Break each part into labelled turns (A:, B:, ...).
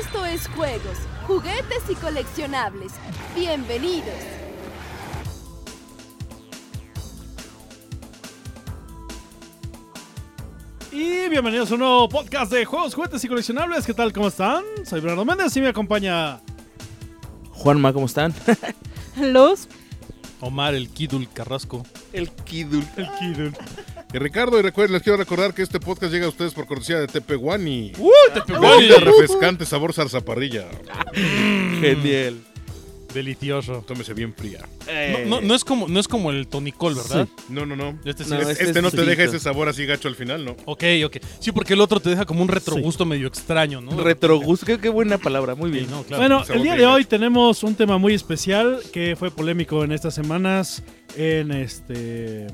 A: Esto es juegos, juguetes y coleccionables. Bienvenidos.
B: Y bienvenidos a un nuevo podcast de juegos, juguetes y coleccionables. ¿Qué tal? ¿Cómo están? Soy Bernardo Méndez y me acompaña
C: Juanma, ¿cómo están?
D: Los.
B: Omar el Kidul Carrasco.
E: El Kidul.
B: El Kidul.
E: Y Ricardo, y recuerden, les quiero recordar que este podcast llega a ustedes por cortesía de Tepehuani.
B: ¡Uh! te pegó!
E: Grande, refrescante sabor zarzaparrilla.
C: Genial.
B: Delicioso.
E: Tómese bien fría.
C: Eh.
F: No, no- no es como, no es como el tonicol, ¿verdad?
E: No, no, no.
F: Este sí
C: No,
F: es-
E: este,
C: este es
E: no te deja
C: frito.
E: ese sabor así gacho al final, ¿no?
F: Ok, ok. Sí, porque el otro te deja como un retrogusto medio extraño, ¿no?
C: Retrogusto, qué, qué buena palabra, muy
F: Sí,
C: bien.
F: no, claro.
B: Bueno,
E: Sabor
B: el día de
E: gringo.
B: hoy tenemos un tema muy especial que fue polémico en estas semanas en este...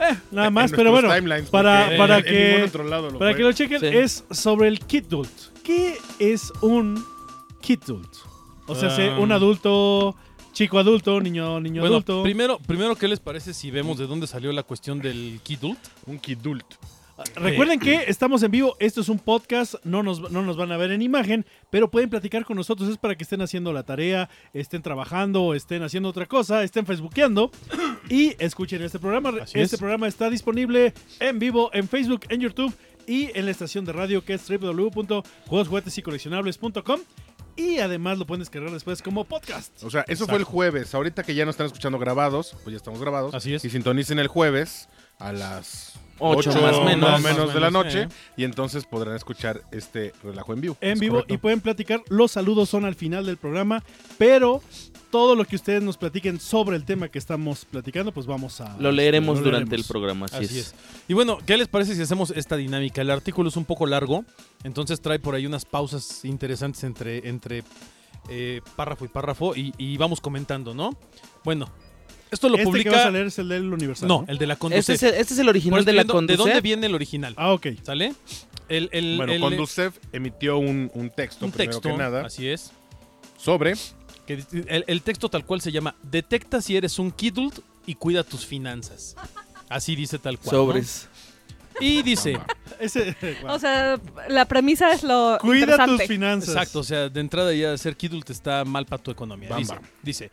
B: Eh, nada más,
E: En
B: pero
E: nuestros
B: bueno,
E: timelines,
B: para-
E: porque eh,
B: para
E: en
B: que-
E: ningún otro lado lo
B: para que
E: fue.
B: lo chequen,
C: Sí.
B: es sobre el Kidult. ¿Qué es un Kidult? O sea, se-
F: Ah.
B: un adulto, chico adulto, niño, niño
F: Bueno,
B: adulto.
F: primero, primero, ¿qué les parece si vemos de dónde salió la cuestión del Kidult?
E: Un Kidult.
B: Recuerden que estamos en vivo, esto es un podcast, no nos, no nos van a ver en imagen, pero pueden platicar con nosotros, es para que estén haciendo la tarea, estén trabajando, estén haciendo otra cosa, estén facebookeando y escuchen este programa.
F: Así
B: este
F: es.
B: programa está disponible en vivo, en Facebook, en YouTube y en la estación de radio que es www.juegosjuguetesycoleccionables.com y además lo pueden descargar después como podcast.
E: O sea, eso fue el jueves. Ahorita que ya no están escuchando grabados, pues ya estamos grabados.
F: Así es.
E: Y sintonicen el jueves a las
C: Ocho, más
E: o
C: menos.
F: Más
E: de la
F: menos,
E: noche.
F: eh.
E: Y entonces podrán escuchar este relajo en vivo.
B: en
E: Es
B: vivo
E: correcto.
B: y pueden platicar. Los saludos son al final del programa, pero todo lo que ustedes nos platiquen sobre el tema que estamos platicando, pues vamos a... este,
C: Lo leeremos
B: lo
C: durante el
B: leeremos.
C: programa, así,
F: Así
C: es.
F: es. Y bueno, ¿qué les parece si hacemos esta dinámica? El artículo es un poco largo, entonces trae por ahí unas pausas interesantes entre, entre eh, párrafo y párrafo y, y vamos comentando, ¿no? Bueno, esto lo
B: este
F: publica...
B: que vas a leer es el del Universal.
F: no, el de la Conducet.
C: Este, es el, este es el
F: Por
C: original
F: eso
C: de la
F: estoy viendo ¿De dónde
C: Conducet.
F: viene el original?
B: Ah, ok.
F: ¿Sale? El, el-
E: Bueno,
F: el- e-
E: Conducef emitió un, un texto,
F: un
E: primero
F: texto,
E: que nada,
F: así es.
E: sobre
F: Que dis- el, el texto tal cual se llama Detecta si eres un kidult y cuida tus finanzas. Así dice tal cual. ¿no?
C: Sobres.
F: Y dice,
B: Ese- guau.
D: O sea, la premisa es lo
B: Cuida tus
D: interesante.
B: finanzas.
F: exacto, o sea, de entrada ya ser kidult está mal para tu economía. Dice,
E: Bamba.
F: dice,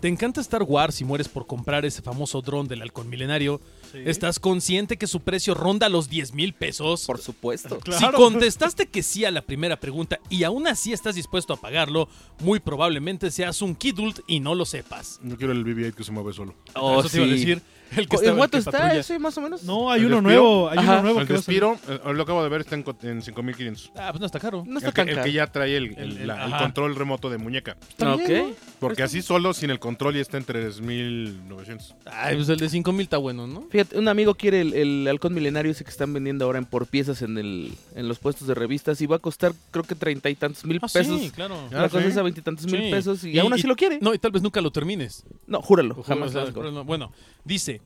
F: ¿te encanta Star Wars y mueres por comprar ese famoso dron del halcón milenario?
B: Sí.
C: Este,
F: ¿Estás consciente que su precio ronda los 10 mil pesos?
C: Por supuesto.
B: Claro.
F: Si contestaste que sí a la primera pregunta y aún así estás dispuesto a pagarlo, muy probablemente seas un kidult y no lo sepas.
E: No quiero el BB-8 que se mueve solo.
C: Oh,
F: Eso te iba a
C: sí.
F: decir. El que
C: ¿En
F: estaba, el
C: cuánto
F: que
C: está
F: patrulla.
C: ese, más o menos?
B: No, hay
E: ¿El
B: uno
E: despiro?
B: nuevo, hay uno
C: Ajá.
B: nuevo
E: el
B: que va a salir.
E: Despiro, eh, lo acabo de ver, está en, co- en 5500.
F: Ah, pues no está caro.
C: No está
E: El que,
C: tan
E: el
C: caro.
E: que ya trae el,
F: El- el-
E: la- el
F: ajá.
E: control remoto de muñeca.
C: Ah,
F: También,
C: ok.
E: Porque así solo, sin el control, ya está en 3900.
F: Ay, pues el de 5000 está bueno, ¿no?
C: Fíjate, un amigo quiere el, el halcón milenario ese que están vendiendo ahora en por piezas en, el, en los puestos de revistas y va a costar creo que treinta y tantos mil
F: Ah,
C: pesos.
F: sí, claro.
E: Ah,
C: la cosa
E: sí.
C: es a veintitantos
F: Sí.
C: mil pesos y,
F: Y-
C: aún así
F: y-
C: lo quiere. No,
F: No, y tal vez nunca lo termines.
C: júralo,
F: O-
C: jamás.
F: o sea,
C: lo vas a comprar.
F: no, bueno, dice.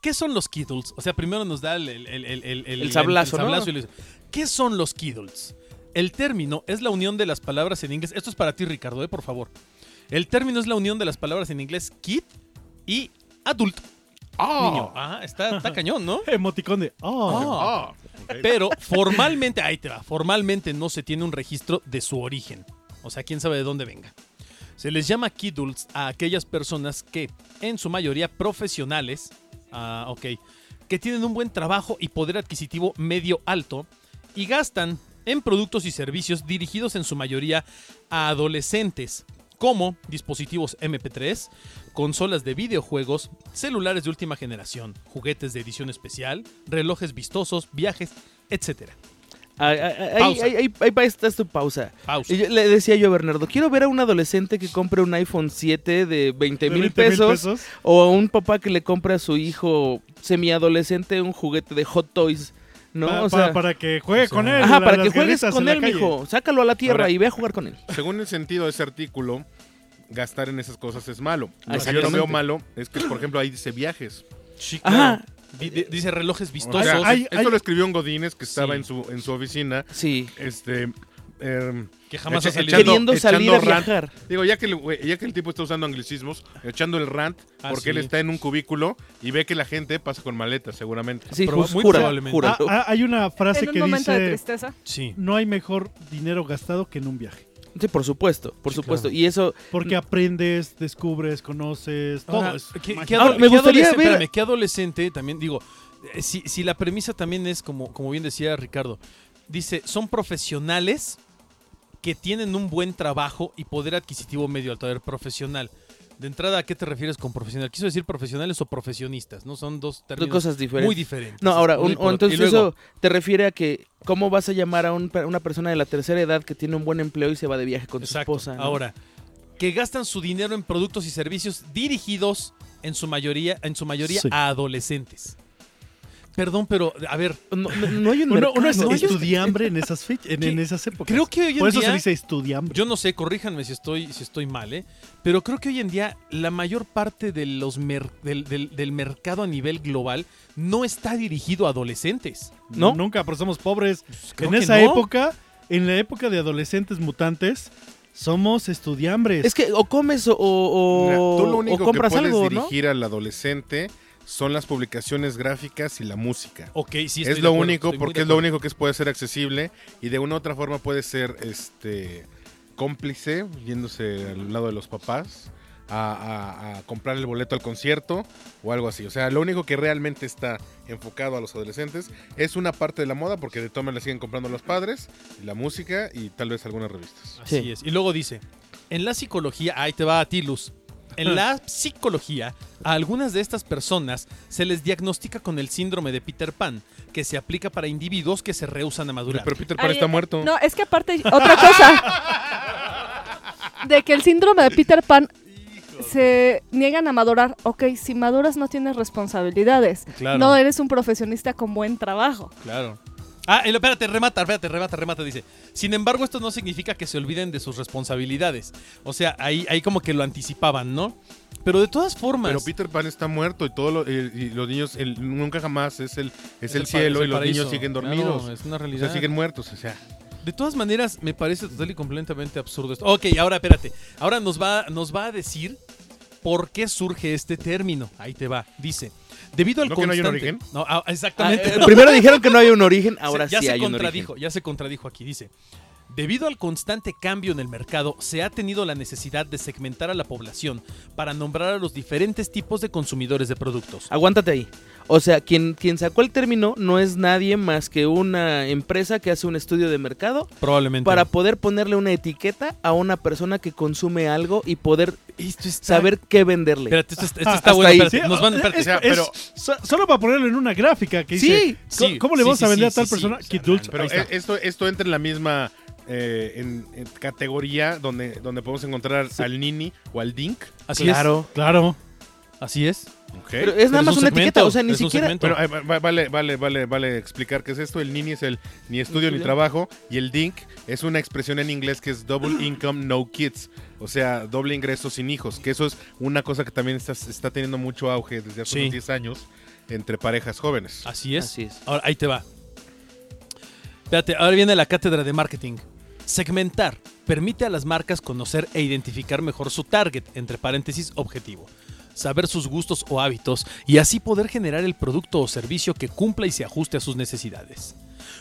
F: ¿Qué son los kidults? O sea, primero nos da el, el, el, el, el,
C: El sablazo, ¿no?
F: y le dice, ¿Qué son los kidults? El término es la unión de las palabras en inglés. Esto es para ti, Ricardo, ¿eh? por favor. El término es la unión de las palabras en inglés kid y adult.
E: Oh.
F: Niño. Ah, está, está cañón, ¿no?
B: Emoticón de... Oh.
F: Ah.
E: Ah, ok.
F: Pero formalmente, ahí te va, formalmente no se tiene un registro de su origen. O sea, quién sabe de dónde venga. Se les llama kidults a aquellas personas que, en su mayoría profesionales, ah, ok, que tienen un buen trabajo y poder adquisitivo medio alto y gastan en productos y servicios dirigidos en su mayoría a adolescentes, como dispositivos MP3, consolas de videojuegos, celulares de última generación, juguetes de edición especial, relojes vistosos, viajes, etc.
C: Ay, ay, ay,
F: Pausa.
C: ay, ay, ay, ahí está tu pausa.
F: Pausa.
C: Y yo- le decía yo a Bernardo, quiero ver a un adolescente que compre un iPhone 7 de 20
B: de
C: mil
B: 20,000
C: pesos o a un papá que le compra a su hijo semiadolescente un juguete de Hot Toys, ¿no?
B: Pa-
C: o
B: pa-
C: sea,
B: para que juegue con él.
C: ajá,
B: la-
C: para
B: las
C: que juegues
B: guerritas en
C: con
B: la
C: él,
B: calle.
C: mijo. Sácalo a la tierra
E: Ahora-
C: y ve a jugar con él.
E: Según el sentido de ese artículo, gastar en esas cosas es malo. Lo que yo no
C: Exactamente.
E: veo malo es que, por ejemplo, ahí dice viajes.
C: Ajá,
F: Di- di- Dice relojes
E: O
F: vistosos.
E: sea,
B: hay-
E: esto lo escribió un Godínez que estaba
F: Sí.
E: en, su, en su oficina.
C: sí.
E: Este, eh,
F: Que jamás
E: echa-
F: ha salido.
E: echando-
C: Queriendo salir a
E: echando rant.
C: viajar.
E: Digo, ya que, el güey- ya que el tipo está usando anglicismos, echando el rant,
F: Ah,
E: porque
F: sí.
E: él está en un cubículo y ve que la gente pasa con maletas, seguramente.
C: Sí,
F: Proba-
C: ju-
F: muy
C: júralo,
F: probablemente.
B: Ah,
C: júralo.
B: ah, hay una frase
D: en un
B: que
D: momento de
B: dice,
D: tristeza.
F: Sí.
B: no hay mejor dinero gastado que en un viaje.
C: Sí, por supuesto, por
F: Sí,
C: supuesto.
F: claro.
C: Y eso,
B: Porque aprendes, descubres, conoces, todo.
F: Mm. Ahora,
B: es
F: ¿qué-
B: magia.
F: qué
C: Ahora,
F: ado-
C: me
F: qué
C: gustaría
F: adolescente-
C: ver-
F: espérame, qué adolescente también, digo, eh, si, si la premisa también es, como, como bien decía Ricardo, dice, son profesionales que tienen un buen trabajo y poder adquisitivo medio alto. A ver, profesional. De entrada, ¿a qué te refieres con profesional? Quiso decir profesionales o profesionistas, ¿no? Son dos
C: dos
F: términos
C: cosas diferentes.
F: muy diferentes.
C: No, ahora, un-
F: Muy
C: o
F: importante.
C: entonces
F: Y luego,
C: eso te refiere a que cómo vas a llamar a un per- una persona de la tercera edad que tiene un buen empleo y se va de viaje con
F: Exacto.
C: su esposa. ¿no?
F: Ahora, que gastan su dinero en productos y servicios dirigidos en su mayoría, en su mayoría
B: Sí.
F: a adolescentes. Perdón, pero a ver,
C: no, no- no hay un
B: Uno, uno es
C: mercado.
B: estudiambre en esas, fech- en,
F: ¿Qué?
B: en esas épocas.
F: creo que hoy en
B: Por eso
F: día
B: se dice estudiambre.
F: Yo no sé, corríjanme si estoy, si estoy mal, ¿eh? Pero creo que hoy en día la mayor parte de los mer- del, del- del mercado a nivel global no está dirigido a adolescentes.
C: ¿No?
B: Nunca, pero somos pobres.
F: Pues creo
B: en
F: que
B: esa
F: no.
B: época, en la época de adolescentes mutantes, somos estudiambres.
C: Es que o comes o, o-
E: Mira, tú
C: o
E: lo único que
C: compras
E: puedes
C: algo, ¿no?
E: dirigir al adolescente son las publicaciones gráficas y la música.
F: Ok, sí, estoy
E: es
F: de
E: lo
F: acuerdo,
E: único,
F: estoy muy
E: porque
F: de
E: es lo
F: acuerdo.
E: único que puede ser accesible y de una u otra forma puede ser este cómplice, yéndose al lado de los papás a, a- a comprar el boleto al concierto o algo así. O sea, lo único que realmente está enfocado a los adolescentes es una parte de la moda, porque de todas la siguen comprando los padres, la música y tal vez algunas revistas.
F: Así
C: Sí.
F: es. Y luego dice, en la psicología, ahí te va a ti, Luz. En la psicología, a algunas de estas personas se les diagnostica con el síndrome de Peter Pan, que se aplica para individuos que se rehusan a madurar.
E: Pero Peter Pan
D: Ahí-
E: está muerto.
D: No, es que aparte, otra cosa. De que el síndrome de Peter Pan se niegan a madurar. Ok, si maduras no tienes responsabilidades.
F: Claro.
D: No eres un profesionista con buen trabajo.
F: Claro. Ah, el- espérate, remata, espérate, remata, remata, dice. Sin embargo, esto no significa que se olviden de sus responsabilidades. O sea, ahí, ahí como que lo anticipaban, ¿no? Pero de todas formas.
E: Pero Peter Pan está muerto y todos lo- y- y los niños, el- nunca jamás es el, es el,
F: pa-
E: cielo
F: es
E: y los
F: paraíso.
E: niños siguen
F: Claro,
E: dormidos.
F: es una
E: o
F: realidad.
E: sea, siguen muertos. O sea,
F: De todas maneras, me parece total y completamente absurdo esto. Ok, ahora espérate. Ahora nos va, nos va a decir por qué surge este término. Ahí te va. Dice. Debido al
E: ¿No que no hay un
F: constante-
E: origen?
F: No, ah,
C: Ah,
F: exactamente.
C: eh, primero dijeron que no había un origen, ahora
F: Se- ya
C: sí
F: se
C: hay un origen.
F: contradijo, ya se contradijo aquí, dice. Debido al constante cambio en el mercado, se ha tenido la necesidad de segmentar a la población para nombrar a los diferentes tipos de consumidores de productos.
C: Aguántate ahí. O sea, quien, quien sacó el término no es nadie más que una empresa que hace un estudio de mercado
F: Probablemente.
C: para poder ponerle una etiqueta a una persona que consume algo y poder
F: Esto está-
C: saber qué venderle.
F: Espérate, esto, está- esto
B: Ah,
F: está
C: hasta
F: bueno.
C: ahí.
F: espérate,
B: Sí,
F: nos van,
B: o-
F: espérate.
B: es-
E: o sea,
B: es-
E: pero-
B: so- solo para ponerlo en una gráfica que dice,
F: Sí,
B: "¿Cómo- ¿cómo le
F: sí,
B: vamos
F: sí,
B: a vender
F: sí,
B: a tal
F: sí,
B: persona?
F: sí,
B: que
F: o sea,
B: Dulce- Eh,
E: Pero
B: ahí está.
E: e- esto, esto entra en la misma eh, en, en categoría donde, donde podemos encontrar al Nini o al Dink.
F: Así
C: claro.
B: Claro.
F: es. Así es.
E: ¿ok?
C: Pero es nada
F: Pero
C: más
F: un
C: una
F: segmento,
C: etiqueta, o sea, ni
F: es un
C: siquiera.
F: segmento.
E: Bueno, eh, va- va- vale, vale, vale, vale explicar qué es esto. El Nini es el ni estudio ni
C: Estudio.
E: trabajo y el Dink es una expresión en inglés que es double income no kids, o sea, doble ingreso sin hijos, que eso es una cosa que también está, está teniendo mucho auge desde hace
F: Sí.
E: unos 10 años entre parejas jóvenes.
F: Así es.
C: Así es.
F: Ahora, ahí te va. Espérate, ahora viene la cátedra de marketing. Segmentar permite a las marcas conocer e identificar mejor su target, entre paréntesis, objetivo. Saber sus gustos o hábitos y así poder generar el producto o servicio que cumpla y se ajuste a sus necesidades.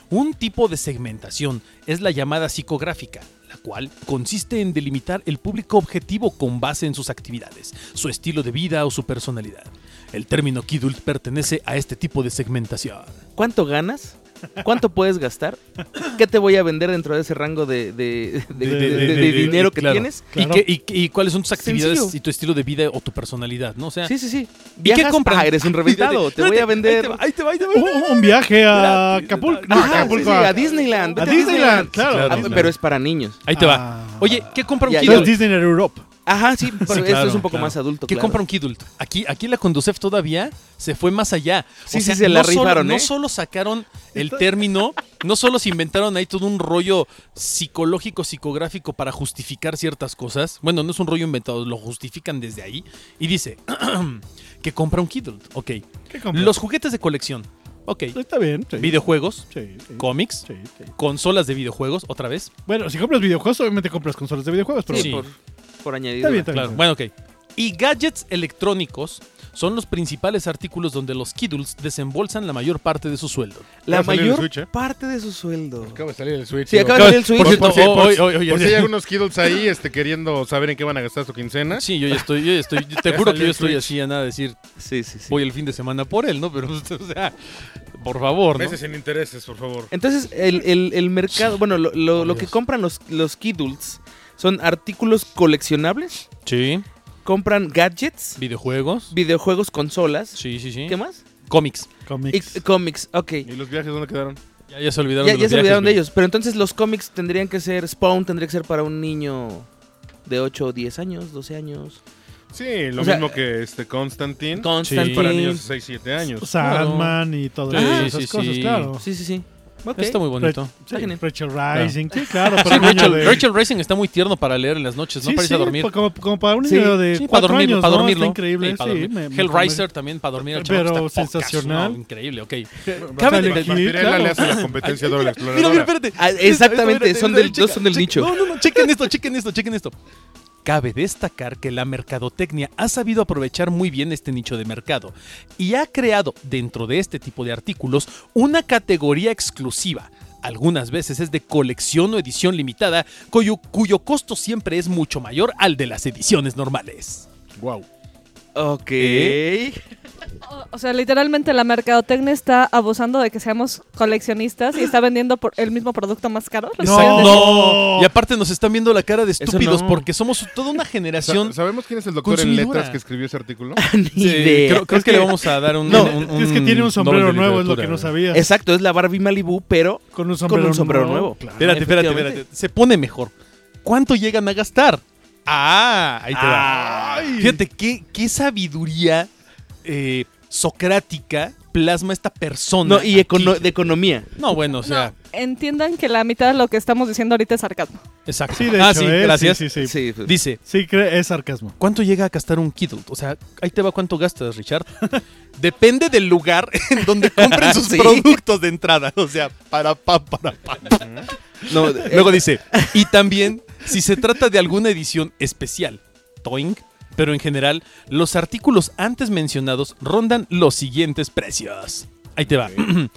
F: Un tipo de segmentación es la llamada psicográfica, la cual consiste en delimitar el público objetivo con base en sus actividades, su estilo de vida o su personalidad. El término Kidult pertenece a este tipo de segmentación.
C: ¿Cuánto ganas? ¿Cuánto puedes gastar? ¿Qué te voy a vender dentro de ese rango de, de- de-
B: De-
C: de-
B: de-
C: de
B: de-
C: dinero que
F: Claro,
C: tienes?
B: claro.
F: ¿Y, qué- y qué- y cuáles son tus actividades
C: Sencillo.
F: y tu estilo de vida o tu personalidad? ¿no? O sea,
C: Sí, sí, sí.
F: ¿y qué
C: ¿Viajas?
F: compran?
C: Ah, eres un reventado. te voy a vender
F: Ahí te va, ahí te va, ahí te va.
B: Un, un viaje a
F: Gratis.
B: Acapulco.
F: Ah,
B: no,
C: Ajá,
B: Acapulco,
C: sí, sí, a Disneyland.
B: a
C: vete
B: Disneyland, claro.
E: Claro,
C: Ah,
E: Disneyland.
C: pero es para niños.
F: Ahí te va.
B: Ah.
F: Oye, ¿qué compra un
C: Ya,
B: Entonces
F: Kidult?
B: Disney en Europe.
C: Ajá, sí, pero
F: claro,
C: esto es un poco
F: claro.
C: más adulto.
F: ¿Qué
C: claro.
F: compra un Kidult? Aquí, aquí la Conducef todavía se fue más allá.
C: Sí, sí, se la
F: no solo-
C: rifaron,
F: No
C: ¿eh?
F: solo sacaron el término, no solo se inventaron ahí todo un rollo psicológico, psicográfico para justificar ciertas cosas. Bueno, no es un rollo inventado, lo justifican desde ahí. Y dice que compra un Kidult. Ok.
B: ¿Qué compras?
F: Los juguetes de colección. Ok.
B: Está bien. sí.
F: Videojuegos,
B: Sí, sí,
F: cómics,
B: sí, sí.
F: consolas de videojuegos, otra vez.
B: Bueno, si compras videojuegos, obviamente compras consolas de videojuegos, pero
C: Sí,
F: Sí.
C: Por, por añadir.
B: está bien, está bien.
F: Claro, bueno, ok. Y gadgets electrónicos son los principales artículos donde los Kidults desembolsan la mayor parte de su sueldo.
C: La
E: Acaba de salir el
C: mayor
E: Switch, ¿eh?
C: parte de su sueldo.
E: Acaba de salir el Switch.
C: Sí,
E: digo,
C: acaba de salir el Switch.
F: Por
E: Por, por si,
F: cierto,
E: por
F: hoy-
E: si-
F: hoy- hoy-
E: por si
F: hoy-
E: hay algunos kiddos ahí este, queriendo saber en qué van a gastar su quincena.
F: Sí, yo ya estoy, yo ya estoy, te juro que
E: salió
F: yo
E: el
F: estoy
E: Switch.
F: así a nada de decir,
C: Sí, sí, sí.
F: voy el fin de semana por él, ¿no? Pero, o sea, por favor, ¿no?
E: Meses sin intereses, por favor.
C: Entonces, el, el- el mercado, bueno, lo, lo-
F: Por
C: lo que
F: Dios.
C: compran los, los Kidults son artículos coleccionables,
F: Sí,
C: compran gadgets,
F: videojuegos.
C: videojuegos, consolas.
F: Sí, sí, sí.
C: ¿Qué más?
F: Cómics.
B: Comics.
C: Y- cómics, ok.
E: ¿Y los viajes dónde quedaron?
F: Ya, ya se olvidaron
C: Ya,
F: de
C: ya
F: los
C: se
F: viajes,
C: olvidaron de
F: güey.
C: ellos, pero entonces los cómics tendrían que ser, Spawn tendría que ser para un niño de 8 o 10 años, 12 años.
E: Sí, lo
C: O sea,
E: mismo que este Constantine.
C: Constantine.
E: para niños de 6, 7 años.
B: Sandman y todas
F: Sí,
B: esas
F: sí, sí,
B: cosas,
F: sí.
B: claro.
C: Sí, sí, sí. Ok.
F: Está muy bonito.
B: Re-
C: Está genial.
B: Rachel Rising, sí, claro. para un niño
F: Rachel,
B: de-
F: Rachel Racing está muy tierno para leer en las noches, ¿no?
B: Sí,
F: Para
B: sí,
F: irse a dormir.
B: pa- como, como para un
C: Sí,
B: niño de
F: Sí, para
B: cuatro
F: dormir,
B: años,
F: para
B: ¿no?
F: dormirlo.
B: Está increíble,
F: Sí, para
B: sí,
F: dormir.
B: me- me-
F: Hellraiser también para dormir al chavo que
B: Pero
F: está pocas,
B: sensacional.
F: ¿no? Increíble, ok.
B: Silent
E: Vampirella
B: Hill,
E: le
B: claro.
E: hace la competencia a Dora la
F: Mira, mira,
E: Exploradora.
F: espérate.
C: Ah,
F: Espérate,
C: exactamente,
F: espérate,
C: son
F: espérate,
C: del- dos son del nicho.
F: No, no, no, chequen esto, chequen esto, chequen esto. Cabe destacar que la mercadotecnia ha sabido aprovechar muy bien este nicho de mercado y ha creado dentro de este tipo de artículos una categoría exclusiva. Algunas veces es de colección o edición limitada, cuyo, cuyo costo siempre es mucho mayor al de las ediciones normales.
E: Wow.
C: Ok.
F: ¿Eh?
D: O, o sea, literalmente la mercadotecnia está abusando de que seamos coleccionistas y está vendiendo por el mismo producto más caro. ¿lo que
B: No.
D: quieres decir?
F: Y aparte nos están viendo la cara de
C: Eso
F: estúpidos
C: no.
F: porque somos toda una generación.
E: ¿Sabemos quién es el doctor en
F: Consumidora.
E: letras que escribió ese artículo?
C: Ni
F: Sí,
C: idea.
F: creo, creo que le vamos a dar un.
B: No,
F: un- un-
B: es que tiene un sombrero
F: Nobel de
B: nuevo, es lo que no
F: literatura.
B: sabías.
C: Exacto, es la Barbie Malibu, pero
B: Con un
C: con
B: sombrero,
C: un sombrero nuevo.
B: claro.
F: Espérate, espérate,
C: Efectivamente.
F: espérate. Se pone mejor. ¿Cuánto llegan a gastar? Ah, ahí te va. Fíjate qué, qué sabiduría eh, socrática plasma esta persona.
C: No, y econo-
F: aquí.
C: de economía.
F: No, bueno, o sea,
D: Entiendan que la mitad de lo que estamos diciendo ahorita es sarcasmo.
F: exacto.
B: Sí, de hecho,
F: ah, sí,
B: ¿eh?
F: gracias.
B: Sí, sí, sí.
C: Sí, pues.
F: Dice,
B: Sí, cre- es sarcasmo.
F: ¿Cuánto llega a gastar un Kidult? O sea, ahí te va cuánto gastas, Richard. Depende del lugar en donde compren sus
C: Sí.
F: productos de entrada. O sea, para pa, para pa.
C: No,
F: Luego dice, y también si se trata de alguna edición especial, Toing, pero en general, los artículos antes mencionados rondan los siguientes precios. Ahí te va.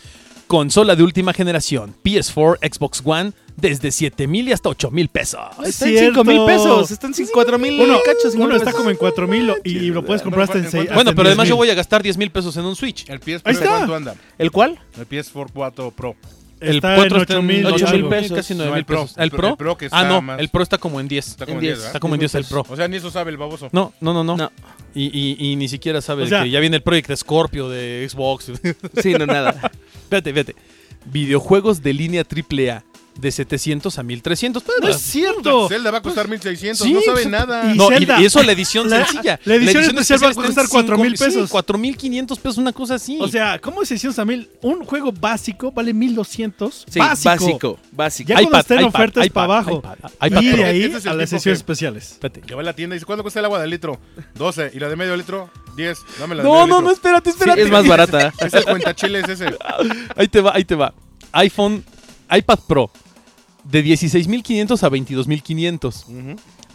F: Consola de última generación, PS4, Xbox One, desde 7 mil y hasta 8 mil pesos.
C: "Ah, Están en 5 mil pesos, están en 4 mil
B: Uno,
C: cachos. cinco
B: uno
C: mil
B: está
C: pesos.
B: como en 4000 lo- y lo puedes comprar hasta en
E: ¿En
B: 6.
E: cuánto?
F: Bueno, pero además yo voy a gastar 10 mil pesos en un Switch.
E: El PS4
B: Ahí está.
E: ¿cuánto anda?
C: ¿El cuál?
E: El PS4 4 Pro.
F: El
B: Está
F: cuatro
B: en
F: está en
B: 8000
C: ocho mil
F: algo.
C: pesos.
F: Casi
E: No,
F: 9000
E: el Pro.
F: pesos. ¿El
E: El
F: Pro?
E: Pro que
F: ah,
E: está
F: no.
E: más-
F: El Pro está como en 10.
E: Está
C: En
E: como en
C: diez.
E: 10,
F: Está
E: ¿verdad?
F: como en 10 el Pro.
E: O sea, ni eso sabe el baboso.
F: No, no, no, no.
C: No.
F: Y, y- y ni siquiera sabe
B: O sea-
F: que ya viene el Project Scorpio de Xbox.
C: Sí, no, nada.
F: fíjate, fíjate. Videojuegos de línea AAA de 700 a 1300.
B: No
E: Ah,
B: es cierto.
E: Zelda va a costar 1600,
F: sí,
E: no sabe
F: pues,
E: nada.
B: y-
F: No, y,
B: Zelda.
F: y eso la edición
B: La-
F: sencilla.
B: la edición especial va a
F: está en
B: costar
F: cinco
B: 4000
F: sí,
B: pesos.
F: 4500 pesos, una cosa así.
B: O sea, ¿cómo es 600 a 1000? Un juego básico vale 1200.
C: Sí,
B: básico.
C: básico. Básico.
B: Ya cuando estén
F: iPad,
B: ofertas
F: iPad,
B: para abajo.
F: iPad, iPad
B: y
F: Pro.
B: de ahí
E: Ese es el
B: a las
E: tipo
B: sesiones
E: que-
B: especiales.
F: Espérate.
E: Que va a la tienda y dice, ¿cuánto cuesta el agua de litro? 12. ¿Y la de medio litro? 10. Dame la de
F: No, no,
E: medio
F: no,
E: litro.
F: espérate,
C: Sí,
F: espérate.
C: es más barata.
E: Es el cuentachiles ese.
F: Ahí te va, ahí te va. iPhone, iPad Pro de 16.500 a 22.500.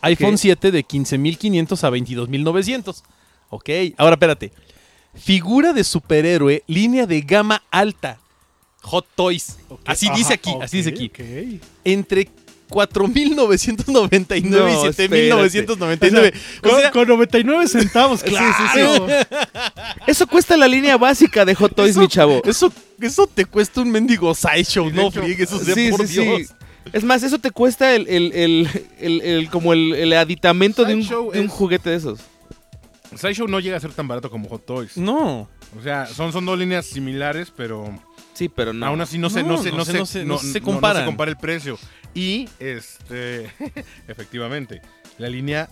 F: iPhone
C: Ok.
F: 7 de 15.500 a 22.900. Ok, ahora espérate. Figura de superhéroe, línea de gama alta. Hot Toys. Así
B: Ajá,
F: dice aquí, así dice
B: ok,
F: aquí.
B: ok.
F: Entre 4.999
C: No,
F: y
C: espérate.
F: 7.999.
B: Con,
F: O sea,
B: con 99 centavos, claro.
C: Eso cuesta la línea básica de Hot Toys,
F: eso-
C: mi chavo.
F: Eso, eso te cuesta un mendigo sideshow,
E: Y de
F: no
E: hecho-
F: friegues, o sea, por Dios.
C: Es más, eso te cuesta el, el, el, el- el- como el, el aditamento de un,
E: Sideshow
C: de un
E: es-
C: juguete de esos.
E: Sideshow no llega a ser tan barato como Hot Toys.
F: No.
E: O sea, son, son dos líneas similares, pero
C: Sí, pero no.
E: aún así no se,
F: No,
E: no, se,
F: no
E: no,
F: se-
E: se,
F: no se- no se
E: se
F: comparan.
E: compara el precio. Y, este, efectivamente, la línea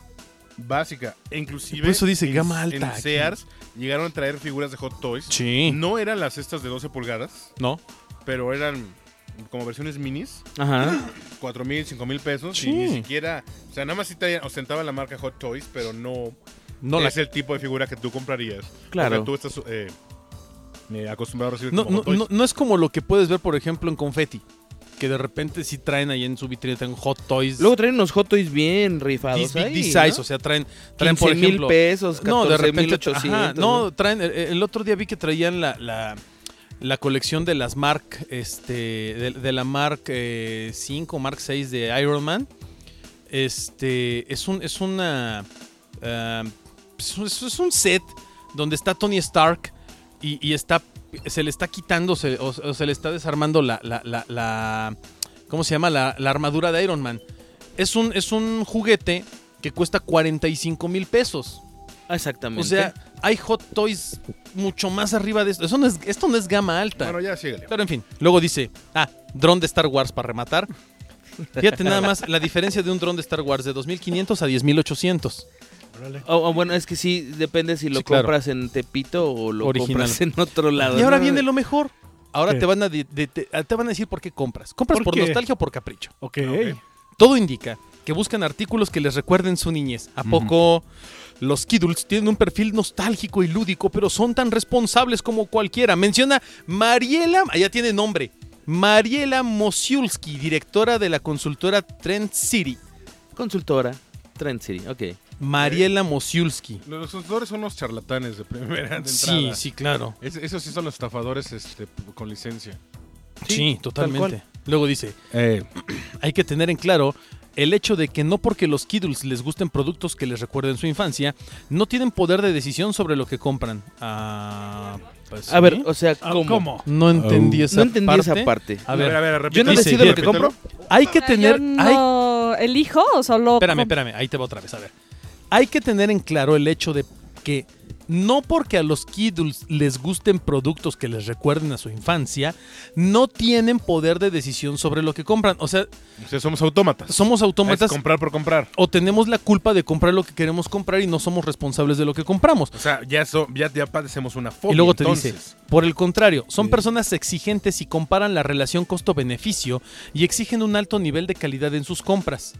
E: básica, e inclusive...
F: Por eso dice
E: en-
F: gama alta
E: En Sears llegaron a traer figuras de Hot Toys.
F: Sí.
E: No eran las estas de 12 pulgadas,
F: No.
E: pero eran como versiones minis,
C: Ajá.
E: 4 mil, 5 mil pesos,
F: Sí.
E: y ni siquiera... O sea, nada más sí traían- ostentaba la marca Hot Toys, pero no...
F: No
E: es el tipo de figura que tú comprarías.
C: Claro.
E: O sea, tú estás eh, eh, acostumbrado a recibir
F: No,
E: como
F: no,
E: hot
F: no-
E: toys.
F: no es como lo que puedes ver, por ejemplo, en Confetti. Que de repente sí traen ahí en su vitrina, traen Hot Toys.
C: Luego traen unos Hot Toys bien
F: dis-
C: rifados.
F: di-
C: ahí,
F: Disguise,
C: ¿no?
F: o sea, traen, traen por
C: 15,000
F: ejemplo.
C: pesos,
F: no, de
C: 14,000,
F: repente.
C: 800,
F: ajá, no, traen. El, el otro día vi que traían la, la, la colección de las Mark, este, de, de la Mark eh, 5, Mark 6 de Iron Man. Este, es un, es una, ah, es un- es un set donde está Tony Stark y, y está, se le está quitando se- o, o se le está desarmando la, la- la- la- ¿cómo se llama? La, la armadura de Iron Man. Es un, es un juguete que cuesta 45 mil pesos.
C: Ah, Exactamente.
F: O sea, hay Hot Toys mucho más arriba de esto. Eso no es, esto no es gama alta.
E: Bueno, ya síguele.
F: Pero en fin, luego dice, ah, dron de Star Wars para rematar. Fíjate nada más la diferencia de un dron de Star Wars de 2500 a 10800.
B: Órale.
C: Ah, ah, bueno, es que sí, depende si lo
F: Sí, claro.
C: compras en Tepito o lo
F: Original.
C: compras en otro lado.
F: Y ahora
C: ¿no?
F: viene lo mejor. Ahora
B: ¿Qué?
F: te van, a de- de- te, te van a decir por qué compras. ¿Compras
B: ¿Por
F: por,
B: qué?
F: nostalgia o por capricho?
B: Ok.
E: Ok.
F: Todo indica que buscan artículos que les recuerden su niñez. ¿A poco los Kiddles tienen un perfil nostálgico y lúdico, pero son tan responsables como cualquiera? Menciona Mariela, allá tiene nombre. Mariela Mosiulski, directora de la consultora Trend City.
C: Consultora, Trend City, ok.
F: Mariela Mosiulski.
E: Los los consultores son unos charlatanes de primera de
F: Sí,
E: entrada.
F: sí, claro.
E: Es- esos sí son los estafadores este, p- con licencia.
F: Sí, totalmente.
B: cual.
F: Luego dice, hay que tener en claro el hecho de que no porque los Kiddles les gusten productos que les recuerden su infancia, no tienen poder de decisión sobre lo que compran. Ah, pues
C: A ver,
F: sí.
C: o sea,
B: Ah,
C: ¿cómo?
B: ¿Cómo?
F: No entendí,
E: Au.
F: esa,
C: No entendí
F: parte.
C: esa parte.
F: A ver,
C: Yo no
F: Dice,
C: decido lo que
E: repítelo.
C: compro.
F: hay que
D: O sea,
F: tener...
D: yo
F: hay-
D: no elijo o solo
F: espérame,
D: compro.
F: espérame, ahí te va otra vez, a ver. Hay que tener en claro el hecho de que no porque a los Kiddles les gusten productos que les recuerden a su infancia, no tienen poder de decisión sobre lo que compran. O sea,
E: O sea, somos autómatas.
F: somos
E: Es
F: autómatas
E: comprar por comprar.
F: o tenemos la culpa de comprar lo que queremos comprar y no somos responsables de lo que compramos.
E: O sea, ya, so- ya, ya padecemos una fobia.
F: Y luego te
E: entonces.
F: dice, por el contrario, son
E: Sí.
F: personas exigentes y comparan la relación costo-beneficio y exigen un alto nivel de calidad en sus compras.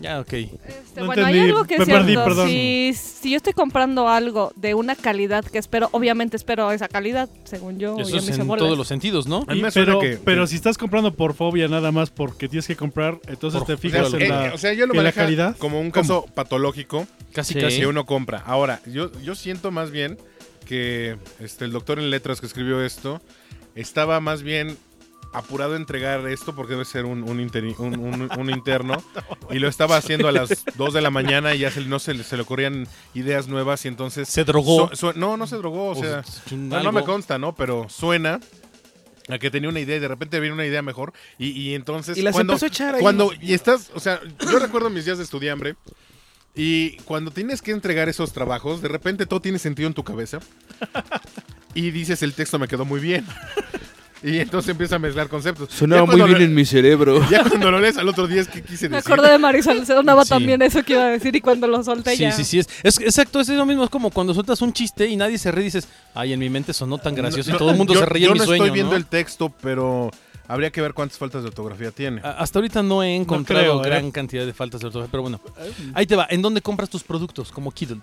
F: Ya, ok.
D: Este,
B: No
D: bueno, hay
B: entendí,
D: algo que es
B: me perdí,
D: cierto.
B: perdón.
D: Si, si yo estoy comprando algo de una calidad que espero, obviamente espero esa calidad, según yo.
F: Eso
D: Oh, ya
F: es
D: me hice
F: en
D: bolas.
F: todos los sentidos, ¿no?
E: A mí
B: Y-
E: me suena
B: pero,
E: que-
B: pero
E: que-
B: si estás comprando por fobia nada más porque tienes que comprar, entonces
F: Por-
B: te
E: O sea,
B: fijas
F: claro.
B: en
E: eh,
B: la,
E: o sea, yo lo
B: en la
E: manejo
B: calidad.
E: como un caso patológico
F: Casi,
C: Sí.
F: casi.
E: que uno compra. Ahora, yo, yo siento más bien que este, el doctor en letras que escribió esto estaba más bien apurado a entregar esto porque debe ser un, un interi- un- un- un interno y lo estaba haciendo a las 2 de la mañana y ya se, no se, le- se le ocurrían ideas nuevas y entonces...
F: Se drogó.
E: su- su- no, no se drogó, o sea...
F: s- un
E: Ah, No, no
F: algo.
E: me consta, ¿no? Pero suena a que tenía una idea y de repente viene una idea mejor. Y, y entonces.
C: Y las
E: cuando,
C: empezó a echar ahí.
E: Cuando. Y estás. O sea, yo recuerdo mis días de estudiambre. Y cuando tienes que entregar esos trabajos, de repente todo tiene sentido en tu cabeza. Y dices, el texto me quedó muy bien. Y entonces empieza a mezclar conceptos.
C: Sonaba
E: Ya
C: muy
E: cuando
C: bien
E: lo-
C: en mi cerebro.
E: Ya cuando lo lees al otro día es que quise
D: Me
E: decir.
D: acordé de Marisol Sonaba
F: Sí.
D: también eso que iba a decir y cuando lo solté
F: Sí,
D: ya.
F: sí, sí. Es, es- exacto, es lo mismo. Es como cuando sueltas un chiste y nadie se ríe y dices, ay, en mi mente sonó tan gracioso y todo el mundo
E: yo-
F: se ríe
E: yo
F: en mi
E: no
F: sueño.
E: estoy viendo
F: ¿no?
E: el texto, pero habría que ver cuántas faltas de ortografía tiene.
F: A- Hasta ahorita no he encontrado
B: creo, ¿eh?
F: gran cantidad de faltas de ortografía, pero bueno. Ahí te va. ¿En dónde compras tus productos? Como Kiddle.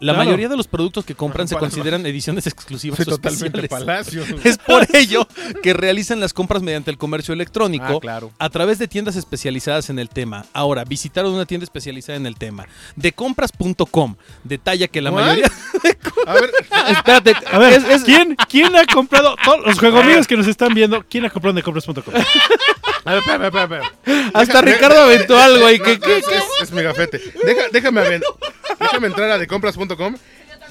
F: La
B: Claro.
F: mayoría de los productos que compran
E: Bueno,
F: se
E: para-
F: consideran ediciones exclusivas
E: Soy
F: o
E: totalmente
F: especiales.
E: palacio.
F: Es por ello que realizan las compras mediante el comercio electrónico
E: Ah, claro.
F: a través de tiendas especializadas en el tema. Ahora, visitaron una tienda especializada en el tema. De compras.com. Detalla que la
E: ¿What?
F: mayoría...
E: A ver,
C: Espérate,
B: A ver, ¿quién, ¿quién ha comprado? Todos los juegomíos que nos están viendo, ¿quién ha comprado en compras.com?
E: a ver, espérame, espérame, espérame.
C: hasta Ricardo aventó algo ahí. que-
E: No, no, es, es- es mi gafete. Deja- déjame, aven- déjame entrar a decompras.com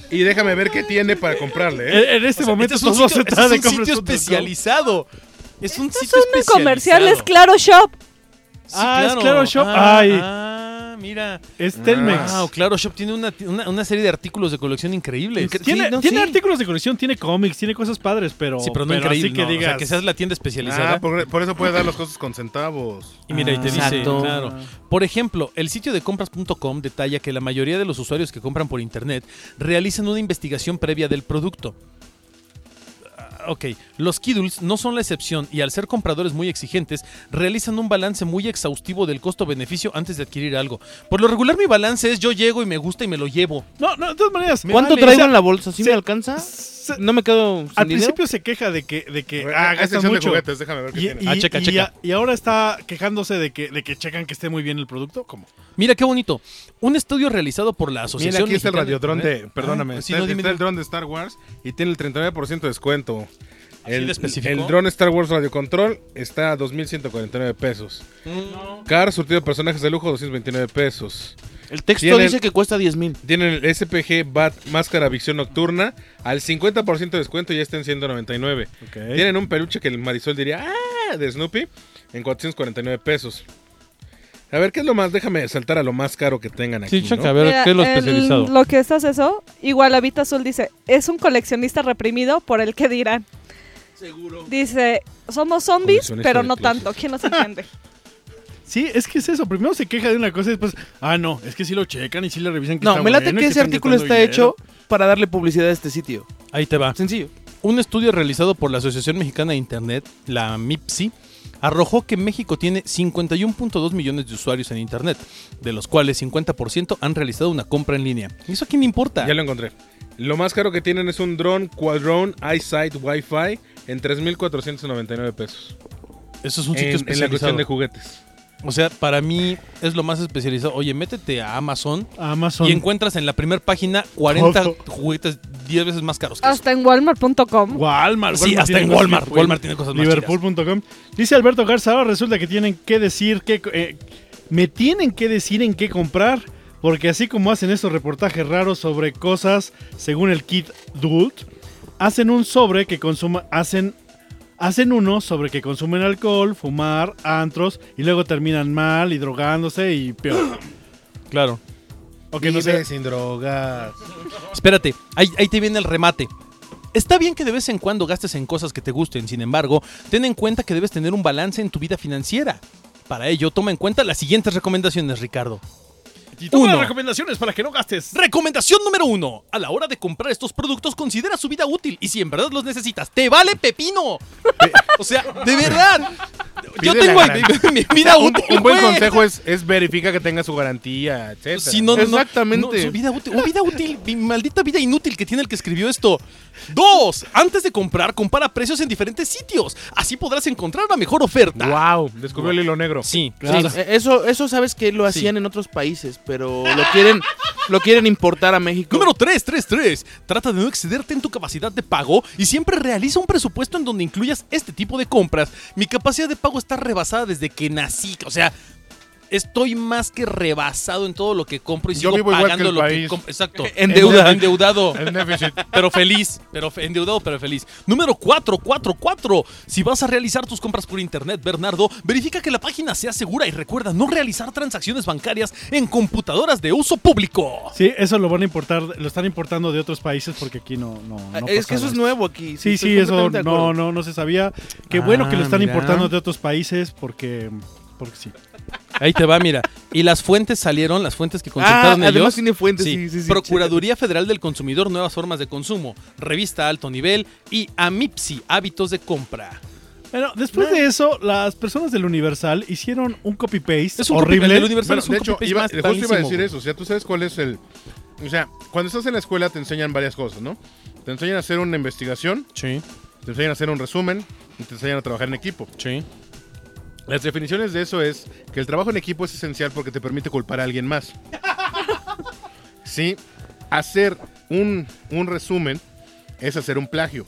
E: y déjame ver qué tiene para comprarle.
B: En,
E: ¿eh?
B: en este momento
F: Este
B: son
F: es un
B: dos
F: sitio, este
B: entradas de
F: es un sitio
B: compras.com.
F: especializado. Es un
D: Estos
F: sitio
D: son
F: especializado.
D: comerciales, claro, shop.
F: Sí,
B: Ah, es Claro Shop. Ay.
F: Ah, mira.
B: Es Telmex.
F: Wow, Claro Shop tiene una, una- una serie de artículos de colección increíbles.
C: Incre-
B: Tiene,
C: Sí, no,
B: tiene
C: sí.
B: artículos de colección, tiene cómics, tiene cosas padres, pero,
F: sí, pero no
B: pero
F: increíble.
B: así que
F: no, o sea,
B: digas.
F: que seas la tienda especializada.
E: Ah, por, por eso puede dar las cosas con centavos.
F: Y mira, y te dice,
C: Exacto.
F: claro. Por ejemplo, el sitio de compras.com detalla que la mayoría de los usuarios que compran por internet realizan una investigación previa del producto. Ah, Ok, los Kiddles no son la excepción y al ser compradores muy exigentes, realizan un balance muy exhaustivo del costo-beneficio antes de adquirir algo. Por lo regular mi balance es yo llego y me gusta y me lo llevo.
B: No, no, de todas maneras.
C: ¿Cuánto
B: vale,
C: traigo
B: o sea,
C: en la bolsa? ¿Sí
B: sí.
C: me alcanza?
B: Se-
C: No me quedo sin
B: Al
C: dinero.
B: principio se queja de que, de que
E: Ah,
B: ah,
E: hay
B: gastan
E: sección de
B: mucho.
E: juguetes, déjame ver qué
B: Y,
E: tiene.
B: y-
F: Ah, checa,
B: y-
F: checa.
B: y ahora está quejándose de que, de que checan que esté muy bien el producto. ¿Cómo?
F: Mira qué bonito. Un estudio realizado por la Asociación
E: Mira, aquí está el
F: Mexicana
E: radiodrón
F: Internet.
E: de. Perdóname,
F: Ah, sí,
E: está,
F: no, dime,
E: está el
F: dime.
E: dron de Star Wars y tiene el 39% de descuento.
F: ¿Así
E: el,
F: de específico?
E: el dron Star Wars Radio Control está a 2.149 pesos. Car surtido de personajes de lujo, 229 pesos.
C: El texto
E: Tienen-
C: dice que cuesta 10 mil.
E: Tienen el SPG Bat Máscara Visión Nocturna al 50% de descuento y ya está en 199. Tienen un peluche que el Marisol diría, ¡ah! de Snoopy, en 449 pesos. A ver, ¿qué es lo más? Déjame saltar a lo más caro que tengan aquí.
G: Sí, checa,
E: ¿no?
G: a ver,
D: Mira,
G: ¿qué es lo
D: el-
G: especializado?
D: lo que estás eso, igual Habita Azul dice, es un coleccionista reprimido por el que dirán. Seguro. Dice, somos zombies,
E: Coleccionista
D: pero
E: de
D: no
E: closets.
D: tanto. ¿Quién nos entiende?
B: Sí, es que es eso. Primero se queja de una cosa y después, ah, no, es que sí lo checan y sí le revisan que
C: No,
B: está
C: me late
B: bueno y
C: que ese
B: están
C: artículo está
B: gastando dinero.
C: hecho para darle publicidad a este sitio.
F: Ahí te va.
C: Sencillo.
F: Un estudio realizado por la Asociación Mexicana de Internet, la MIPSI, arrojó que México tiene 51.2 millones de usuarios en Internet, de los cuales 50% han realizado una compra en línea. ¿Y eso a quién le importa?
E: Ya lo encontré. Lo más caro que tienen es un dron Quadrone EyeSight Wi-Fi en 3.499 pesos.
F: Eso es un sitio
E: en, en la
F: especializado.
E: cuestión de juguetes.
F: o sea, para mí es lo más especializado. Oye, métete a Amazon
B: Amazon.
F: y encuentras en la primera página 40
B: Todo.
F: juguetes 10 veces más caros. que eso.
D: Hasta en walmart.com.
B: Walmart.
F: Sí, hasta
B: tiene
F: en
B: cosas
F: Walmart.
B: bien buenas.
F: Walmart tiene cosas más
B: Liverpool.com. Dice Alberto Garza, ahora resulta que tienen que decir que... eh, me tienen que decir en qué comprar, porque así como hacen estos reportajes raros sobre cosas, según el kit Dult, hacen un sobre que consuma... Hacen, hacen uno sobre que consumen alcohol, fumar, antros, y luego terminan mal y drogándose y peor.
F: Claro.
B: O que no sé...
E: sin drogas.
F: Espérate, ahí, ahí te viene el remate. Está bien que de vez en cuando gastes en cosas que te gusten, sin embargo, ten en cuenta que debes tener un balance en tu vida financiera. Para ello, toma en cuenta las siguientes recomendaciones, Ricardo.
B: Y toma
F: Uno.
B: las recomendaciones para que no gastes.
F: Recomendación número uno. A la hora de comprar estos productos, considera su vida útil y si en verdad los necesitas, ¡te vale pepino! o sea, de verdad. Yo
E: Pide
F: tengo
E: la
F: ahí mi, mi vida
E: Un,
F: útil.
E: un buen
F: güey.
E: consejo es, es verifica que tenga su garantía, etc.
F: Sí, Pues no, no, no.
C: Exactamente.
F: No, su vida útil, o vida útil, mi maldita vida inútil que tiene el que escribió esto. Dos, antes de comprar, compara precios en diferentes sitios. Así podrás encontrar la mejor oferta.
E: Wow, descubrió el hilo negro.
F: Sí,
C: Sí, eh, eso, eso sabes que lo hacían
F: Sí.
C: en otros países, pero lo quieren, lo quieren importar a México.
F: Número 333. Trata de no excederte en tu capacidad de pago y siempre realiza un presupuesto en donde incluyas este tipo de compras. Mi capacidad de pago está rebasada desde que nací. O sea, estoy más que rebasado en todo lo que compro y
E: Yo
F: sigo
E: vivo igual
F: pagando
E: que el
F: lo que
E: país.
F: compro. Exacto.
C: Endeuda.
F: Endeudado.
E: El déficit.
F: pero feliz, pero fe- endeudado, pero feliz. Número 444. Si vas a realizar tus compras por internet, Bernardo, verifica que la página sea segura y recuerda no realizar transacciones bancarias en computadoras de uso público.
B: Sí, eso lo van a importar, lo están importando de otros países porque aquí no, no,
C: Ah,
B: no
C: es
B: pasaba
C: que eso es
B: esto.
C: nuevo aquí.
B: Sí,
C: estoy
B: sí, eso
C: completamente de
B: no,
C: acuerdo.
B: no, no se sabía. Qué bueno que lo
F: Ah,
B: están
F: mira.
B: importando de otros países porque, porque sí.
F: Ahí te va, mira. Y las fuentes salieron, las fuentes que
C: Ah,
F: consultaron
C: además
F: ellos.
C: tiene fuentes.
F: Sí,
C: Sí, sí, sí.
F: Procuraduría Federal del Consumidor, Nuevas Formas de Consumo, Revista Alto Nivel y AMIPSI, Hábitos de Compra.
B: Bueno, después de eso, las personas del Universal hicieron un copy-paste
F: Es un
B: horrible.
F: copy- el Universal
E: Bueno,
F: es un
E: de hecho,
F: copy-paste
E: iba-
F: más
E: justo iba a
F: malísimo,
E: decir
F: güey.
E: eso. O sea, tú sabes cuál es el. O sea, cuando estás en la escuela te enseñan varias cosas, ¿no? Te enseñan a hacer una investigación,
F: Sí,
E: te enseñan a hacer un resumen y te enseñan a trabajar en equipo.
F: sí.
E: Las definiciones de eso es que el trabajo en equipo es esencial porque te permite culpar a alguien más. sí, hacer un, un resumen es hacer un plagio.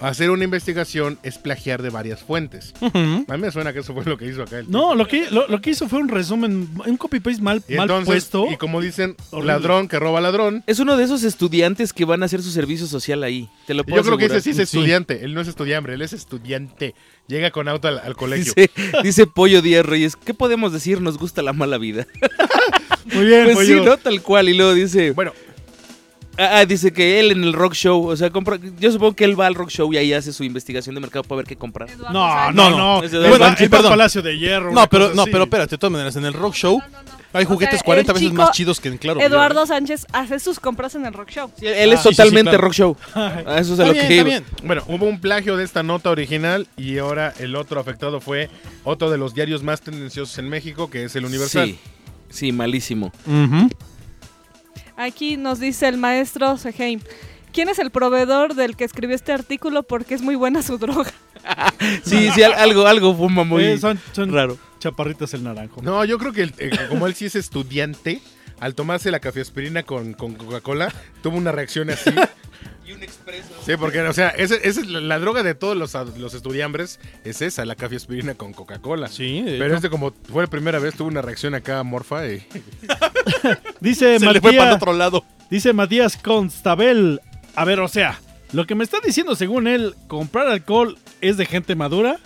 E: Hacer una investigación es plagiar de varias fuentes. A mí me suena que eso fue lo que hizo acá el tipo.
B: No, lo que, lo, lo que hizo fue un resumen, un copy-paste mal,
E: y
B: mal
E: entonces,
B: puesto.
E: y como dicen,
B: Horrible.
E: ladrón que roba ladrón.
C: Es uno de esos estudiantes que van a hacer su servicio social ahí. Te lo
E: Yo
C: puedo
E: creo que ese
C: asegurar.
E: sí es estudiante. Él no es estudiante, él es estudiante. Llega con auto al, al colegio.
C: Dice, dice Pollo Díaz Reyes, ¿qué podemos decir? Nos gusta la mala vida.
B: Muy bien,
C: Pues sí,
B: pollo.
C: ¿no? Tal cual. Y luego dice,
E: Bueno,
C: ah, ah, dice que él en el rock show, o sea, compra, yo supongo que él va al rock show y ahí hace su investigación de mercado para ver qué comprar.
B: No, no, no.
C: Ese
B: Bueno, entra
F: Banshee,
B: al
F: perdón.
B: Palacio de Hierro.
F: No,
B: una
F: pero,
B: cosa
F: no,
B: así.
F: pero espérate, de todas maneras, en el rock show hay juguetes
D: el
F: 40 veces
D: chico
F: más chidos que en Claro. Video,
D: Eduardo
F: ¿eh?
D: Sánchez hace sus compras en el rock show.
C: Sí, él es
F: Ah, sí, sí,
C: totalmente
F: claro.
C: rock show. Ah, eso es a
F: Está
C: lo
F: bien,
C: que
F: está
C: iba.
F: bien.
E: Bueno, hubo un plagio de esta nota original y ahora el otro afectado fue otro de los diarios más tendenciosos en México, que es el Universal.
C: Sí, sí, malísimo.
D: Aquí nos dice el maestro Seheim. ¿Quién es el proveedor del que escribió este artículo? Porque es muy buena su droga.
C: Sí, sí, al- algo, algo fuma muy
B: Eh, son son
C: raro.
B: chaparritas el naranjo.
E: No, yo creo que el- eh, como él sí es estudiante, al tomarse la cafeaspirina con, con Coca-Cola, tuvo una reacción así.
C: Y un expreso.
E: Sí, porque, o sea, esa esa es la, la droga de todos los, ad- los estudiambres, es esa, la cafeaspirina con Coca-Cola.
F: Sí, de
E: Pero este, como fue la primera vez, tuvo una reacción acá morfa y...
B: Dice
F: Se le fue para el
B: Matías,
F: otro lado.
B: dice Matías Constabel. A ver, o sea, lo que me está diciendo según él, comprar alcohol es de gente madura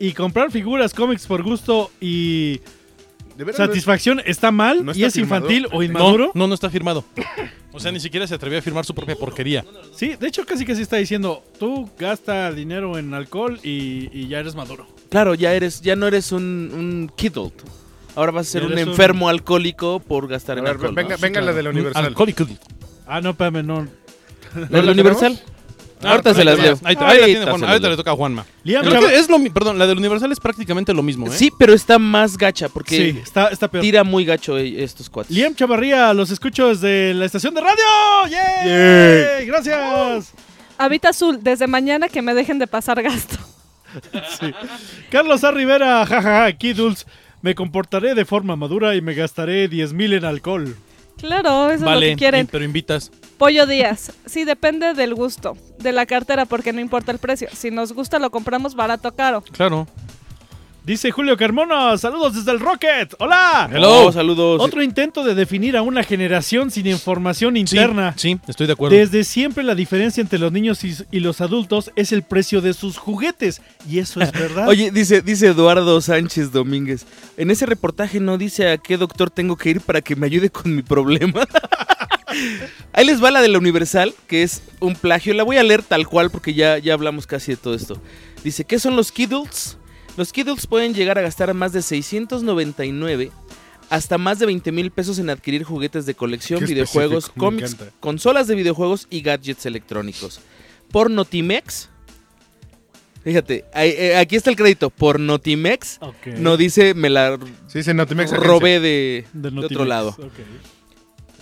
B: y comprar figuras cómics por gusto y
E: De veras,
B: satisfacción está mal
E: no
B: y
E: está
B: es
E: firmado.
B: infantil o
F: No,
B: inmaduro.
F: no, no está firmado. O sea, ni siquiera se atrevió a firmar su propia porquería.
B: Sí, de hecho casi que sí está diciendo, tú gasta dinero en alcohol y, y ya eres maduro.
C: Claro, ya eres, ya no eres un, un kidult. Ahora vas a ser
B: Ya
C: un
B: eres un-
C: enfermo alcohol-alcohólico por gastar
E: A
C: en
E: ver,
C: alcohol.
E: venga,
C: ¿no?
E: venga la de la Universal.
F: Alcohólico.
B: Ah, no, espérame, no.
C: ¿La, la Universal? Ahorita se las leo.
F: Ahí, te- ahí la tiene
C: Ahorita
F: Juanma,
C: se
F: ahorita
C: las
F: le toca a Juanma.
B: Liam
F: Creo
B: Chava-
F: que es lo mi- perdón, la del Universal es prácticamente lo mismo, ¿eh?
C: Sí, pero está más gacha porque
B: Sí, está, está peor.
C: tira muy gacho eh, estos cuates.
B: Liam Chavarría, los escucho desde la estación de radio. ¡Yay! ¡Gracias!
D: Habita Azul, desde mañana que me dejen de pasar gasto.
B: Carlos A. Rivera, jajaja, aquí Dulce. Me comportaré de forma madura y me gastaré 10 mil en alcohol.
D: Claro, eso es
F: Vale,
D: lo que quieren.
F: pero invitas.
D: Pollo Díaz. Sí, depende del gusto, de la cartera, porque no importa el precio. Si nos gusta, lo compramos barato o caro.
F: Claro.
B: Dice Julio Carmona, saludos desde el Rocket. ¡Hola!
F: Hello.
C: Oh, saludos.
B: Otro intento de definir a una generación sin información
F: Sí,
B: interna.
F: Sí, estoy de acuerdo.
B: Desde siempre la diferencia entre los niños y, y los adultos es el precio de sus juguetes. Y eso es
E: Ah.
B: verdad.
C: Oye, dice, dice Eduardo Sánchez Domínguez. En ese reportaje no dice a qué doctor tengo que ir para que me ayude con mi problema. Ahí les va la de la Universal, que es un plagio. La voy a leer tal cual porque ya, ya hablamos casi de todo esto. Dice, ¿qué son los Kiddles? Los Kiddles pueden llegar a gastar más de 699 hasta más de 20 mil pesos en adquirir juguetes de colección,
E: Qué
C: videojuegos,
E: específico, me
C: cómics,
E: encanta.
C: consolas de videojuegos y gadgets electrónicos. Por Notimex, fíjate, ahí- eh, aquí está el crédito. Por Notimex,
B: Ok.
C: no dice me la r-
E: Sí, se nota, me exageran,
C: robé de,
B: Del
C: de otro
B: Notimex.
C: lado.
B: Ok.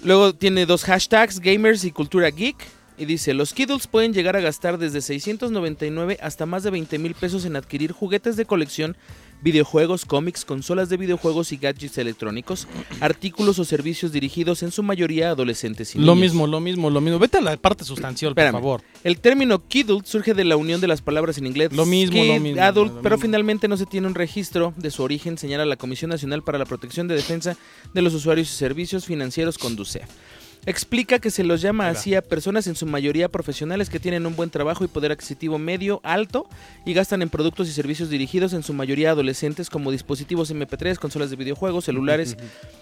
C: Luego tiene dos hashtags, gamers y cultura geek. Y dice, los Kiddles pueden llegar a gastar desde 699 hasta más de 20 mil pesos en adquirir juguetes de colección, videojuegos, cómics, consolas de videojuegos y gadgets electrónicos, artículos o servicios dirigidos en su mayoría a adolescentes y
F: Lo
C: niños.
F: mismo, lo mismo, lo mismo. Vete a la parte sustancial, por
C: Espérame.
F: favor.
C: El término Kiddle surge de la unión de las palabras en inglés.
F: Lo mismo,
C: kid,
F: lo mismo,
C: adult,
F: lo mismo.
C: pero finalmente no se tiene un registro de su origen, señala la Comisión Nacional para la Protección de Defensa de los Usuarios y Servicios Financieros, Conducef. Explica que se los llama
F: Ahí va.
C: así a personas en su mayoría profesionales que tienen un buen trabajo y poder adquisitivo medio alto y gastan en productos y servicios dirigidos en su mayoría a adolescentes como dispositivos MP3, consolas de videojuegos, celulares,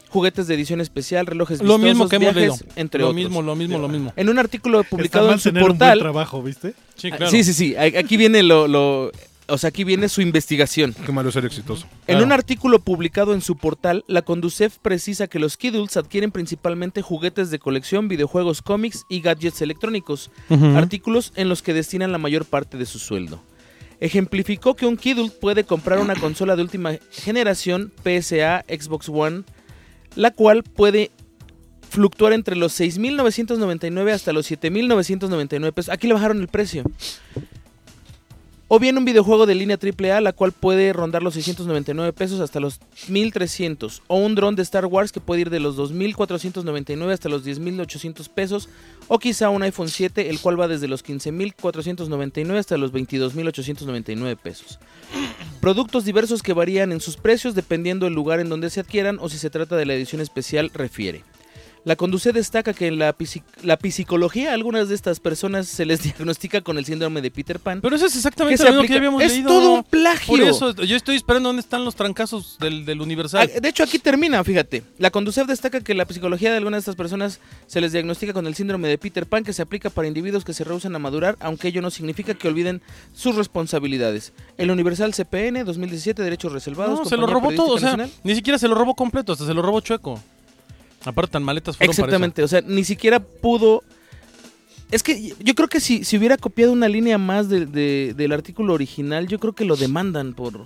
C: juguetes de edición especial, relojes
F: Lo mismo
C: vistosos,
F: que hemos
C: viajes,
F: leído.
C: entre
F: lo
C: otros.
F: mismo, lo mismo, lo mismo.
C: En un artículo
B: Está
C: publicado
B: mal
C: en su
B: tener un buen
C: portal,
B: trabajo, ¿viste?
F: Sí,
C: Ah,
F: claro.
C: Sí, sí, sí. A- Aquí viene lo, lo- O sea, aquí viene su investigación.
E: Qué malo ser exitoso.
C: En
F: Claro.
C: un artículo publicado en su portal, la Conducef precisa que los Kiddles adquieren principalmente juguetes de colección, videojuegos, cómics y gadgets electrónicos,
F: Ujú.
C: artículos en los que destinan la mayor parte de su sueldo. Ejemplificó que un Kiddle puede comprar una consola de última generación, PSA, Xbox One, la cual puede fluctuar entre los 6.999 hasta los 7.999 pesos. Aquí le bajaron el precio. O bien un videojuego de línea AAA, la cual puede rondar los 699 pesos hasta los 1.300. O un dron de Star Wars que puede ir de los 2.499 hasta los 10.800 pesos. O quizá un iPhone 7, el cual va desde los 15.499 hasta los 22.899 pesos. Productos diversos que varían en sus precios dependiendo del lugar en donde se adquieran o si se trata de la edición especial refiere. La Conduce destaca que en la, psic- la psicología a algunas de estas personas se les diagnostica con el síndrome de Peter Pan.
F: Pero eso es
C: que
F: exactamente
C: se
F: lo mismo
C: aplica-
F: que ya habíamos
C: es
F: leído.
C: todo un plagio.
F: Por eso yo estoy esperando dónde están los trancazos del, del
C: Ah,
F: Universal.
C: De hecho, aquí termina, fíjate. La Conducef destaca que la psicología de algunas de estas personas se les diagnostica con el síndrome de Peter Pan, que se aplica para individuos que se rehusan a madurar, aunque ello no significa que olviden sus responsabilidades. El Universal CPN 2017, Derechos Reservados.
F: no, se lo
C: Compañía
F: robó todo. O
C: Periodística
F: sea,
C: Nacional.
F: ni siquiera se lo robó completo, hasta se lo robó chueco. Aparte, tan maletas fueron para eso.
C: Exactamente, o sea, ni siquiera pudo. Es que yo creo que si, si hubiera copiado una línea más de- de- del artículo original, yo creo que lo demandan por.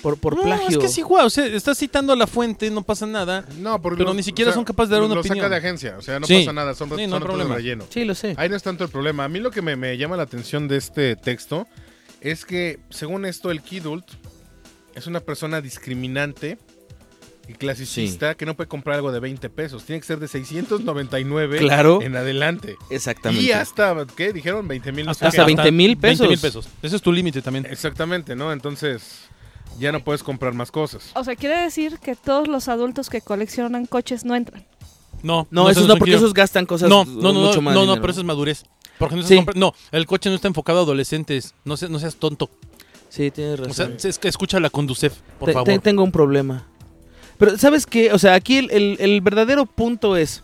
C: por, por
F: No,
C: plagio.
F: es que sí, güey. O sea, estás citando a la fuente, no pasa nada.
E: No, porque
F: Pero
E: los-
F: ni siquiera son capaces de dar
E: lo-
F: una
E: lo
F: opinión.
E: saca de agencia, o sea, no
F: Sí.
E: pasa nada, son,
F: Sí, no hay
E: son notas de
F: problema.
E: relleno.
C: Sí, lo sé.
E: Ahí no es tanto el problema. A mí lo que me, me llama la atención de este texto es que, según esto, el Kidult es una persona discriminante y clasicista que no puede comprar algo de 20 pesos. Tiene que ser de 699
C: Claro.
E: en adelante.
C: Exactamente.
E: Y hasta, ¿qué? Dijeron 20 mil.
C: Hasta 20 mil
F: mil
C: pesos. Eh,
F: pesos. Ese es tu límite también.
E: Exactamente, ¿no? Entonces, ya no puedes comprar más cosas.
D: O sea, quiere decir que todos los adultos que coleccionan coches no entran.
F: No,
C: No,
F: ese
C: esos no,
F: un
C: porque
F: kilo.
C: esos gastan cosas
F: No, no, no,
C: mucho
F: no,
C: más.
F: no, no,
C: dinero.
F: pero eso es madurez. Porque no, estás
C: Sí.
F: compra- no, el coche no está enfocado a adolescentes. No, seas, no seas tonto.
C: Sí, tienes razón.
F: O sea, es que escucha la Conducef, por
C: Te-
F: favor.
C: te- tengo un problema. Pero, ¿sabes qué? O sea, aquí el, el- el verdadero punto es,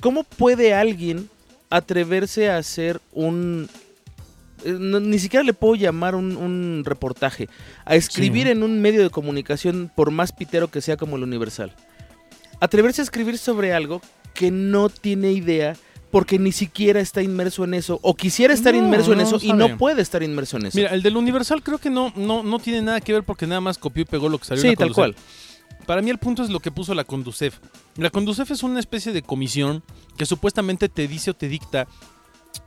C: ¿cómo puede alguien atreverse a hacer un... eh, no- ni siquiera le puedo llamar un, un reportaje, a escribir en un medio de comunicación, por más pitero que sea como el Universal. Atreverse a escribir sobre algo que no tiene idea porque ni siquiera está inmerso en eso, o quisiera estar
F: No,
C: inmerso en
F: no
C: eso y
F: sabe.
C: no puede estar inmerso en eso.
F: Mira, el del Universal creo que no, no, no tiene nada que ver porque nada más copió y pegó lo que salió en
C: sí,
F: la
C: tal
F: Conducef.
C: cual.
F: Para mí el punto es lo que puso la Conducef. La Conducef es una especie de comisión que supuestamente te dice o te dicta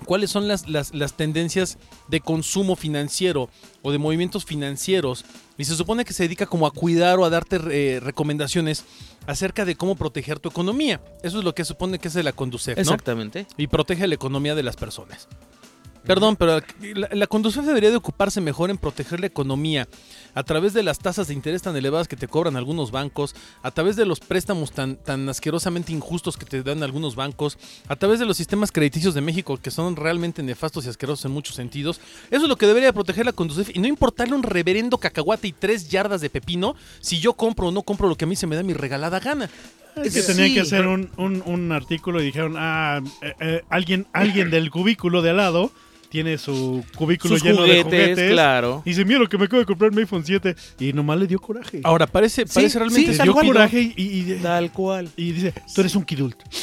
F: cuáles son las, las, las tendencias de consumo financiero o de movimientos financieros. Y se supone que se dedica como a cuidar o a darte eh, recomendaciones acerca de cómo proteger tu economía. Eso es lo que supone que es de la Conducef, ¿no?
C: Exactamente.
F: Y protege la economía de las personas. Perdón, pero la, la Conducef debería de ocuparse mejor en proteger la economía a través de las tasas de interés tan elevadas que te cobran algunos bancos, a través de los préstamos tan, tan asquerosamente injustos que te dan algunos bancos, a través de los sistemas crediticios de México que son realmente nefastos y asquerosos en muchos sentidos. Eso es lo que debería proteger la Conducef y no importarle un reverendo cacahuate y tres yardas de pepino si yo compro o no compro lo que a mí se me da mi regalada gana.
B: Es que
C: Sí,
B: tenían que hacer
C: pero-
B: un, un- un artículo y dijeron, ah, eh, eh, alguien, alguien del cubículo de al lado tiene su cubículo
C: Sus
B: lleno de
C: juguetes,
B: juguetes.
C: claro.
B: Y dice, mira lo que me acabo de comprar mi iPhone 7. Y nomás le dio coraje.
F: Ahora, parece,
C: Sí,
F: parece
C: sí,
F: realmente...
B: le
C: tal
B: dio
C: cual.
B: coraje y, y-
C: Tal cual.
B: y dice, tú eres un kidult. Ya-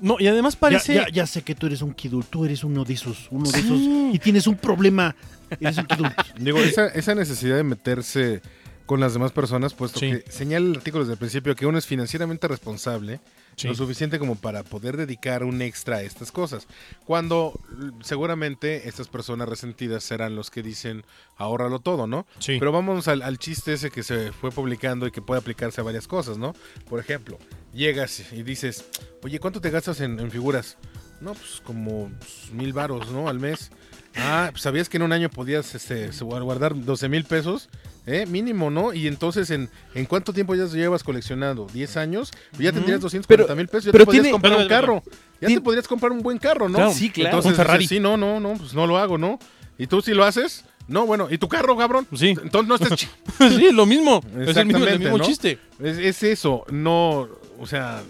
F: No, y además parece...
B: Ya, ya sé que tú eres un kidult, tú eres uno de esos, uno de esos. Y tienes un problema. Eres un kidult.
E: Digo, esa, esa necesidad de meterse con las demás personas, puesto
F: Sí.
E: que señala el artículo desde el principio que uno es financieramente responsable,
F: Sí.
E: lo suficiente como para poder dedicar un extra a estas cosas. Cuando l- seguramente estas personas resentidas serán los que dicen, ahórralo todo, ¿no?
F: Sí.
E: Pero vamos al, al chiste ese que se fue publicando y que puede aplicarse a varias cosas, ¿no? Por ejemplo, llegas y dices, oye, ¿cuánto te gastas en, en figuras? No, pues como pues, mil varos, ¿no? Al mes. Ah, pues, ¿sabías que en un año podías este, se- guardar 12 mil pesos? ¿Eh? Mínimo, ¿no? Y entonces, ¿en, ¿en cuánto tiempo ya llevas coleccionando? ¿10 años? Pues ya tendrías 240 mil pesos, ya
C: Mm, pero
E: te podrías
C: tiene-
E: comprar un
F: Espera, espera,
E: carro. Ya te podrías comprar un buen carro, ¿no?
C: Claro. Sí, claro.
E: Entonces,
F: Un Ferrari.
E: dices, Sí, no, no, no, pues no lo hago, ¿no? ¿Y tú si lo haces? No, bueno, ¿y tu carro, cabrón?
F: Sí.
E: Entonces no estés... chi-
F: sí, es lo mismo. Es el mismo, el
E: Exactamente,
F: mismo
E: ¿no?
F: chiste.
E: es, es eso, no... O sea,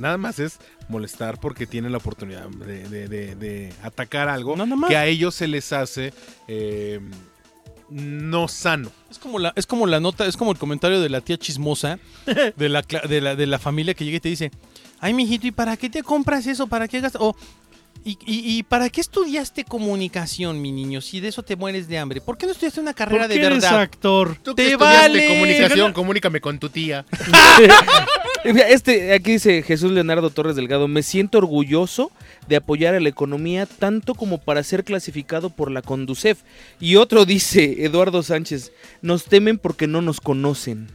E: nada más es molestar porque tienen la oportunidad de, de- de- de atacar algo
F: Nada más.
E: que a ellos se les hace eh, no sano.
F: Es como la, es como la nota, es como el comentario de la tía chismosa de la, cla- de la, de la familia que llega y te dice, ay mijito, ¿y para qué te compras eso? ¿Para qué gastas? O, ¿y, y, y para qué estudiaste comunicación, mi niño? Si de eso te mueres de hambre. ¿Por qué no estudiaste una
B: ¿Por
F: carrera
B: qué
F: de
B: eres
F: verdad?
B: actor?
E: Tú
F: que
E: que
F: estudiaste
E: comunicación, comunícame con tu tía.
C: Mira, Este, aquí dice Jesús Leonardo Torres Delgado, me siento orgulloso de apoyar a la economía tanto como para ser clasificado por la Conducef. Y otro dice, Eduardo Sánchez, nos temen porque no nos conocen.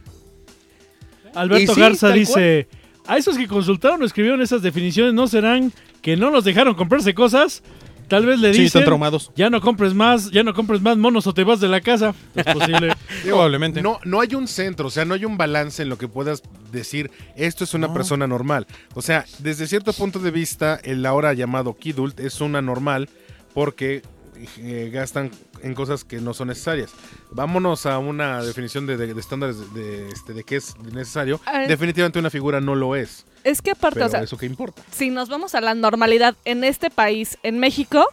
B: Alberto
C: Y sí,
B: Garza
C: tal
B: dice, a esos que consultaron o escribieron esas definiciones, ¿no serán que no los dejaron comprarse cosas? Tal vez le
F: Sí, están
B: dicen,
F: traumados.
B: ya no compres más, ya no compres más monos o te vas de la casa. Es posible.
F: Probablemente.
E: No, no hay un centro, o sea, no hay un balance en lo que puedas decir, esto es una persona normal. O sea, desde cierto punto de vista, el ahora llamado Kidult es una normal porque eh, gastan en cosas que no son necesarias. Vámonos a una definición de, de- de estándares de, de, este, de qué es necesario.
D: A ver.
E: Definitivamente una figura no lo es,
D: Es que aparte,
E: pero
D: o sea,
E: eso que importa.
D: si nos vamos a la normalidad en este país, en México,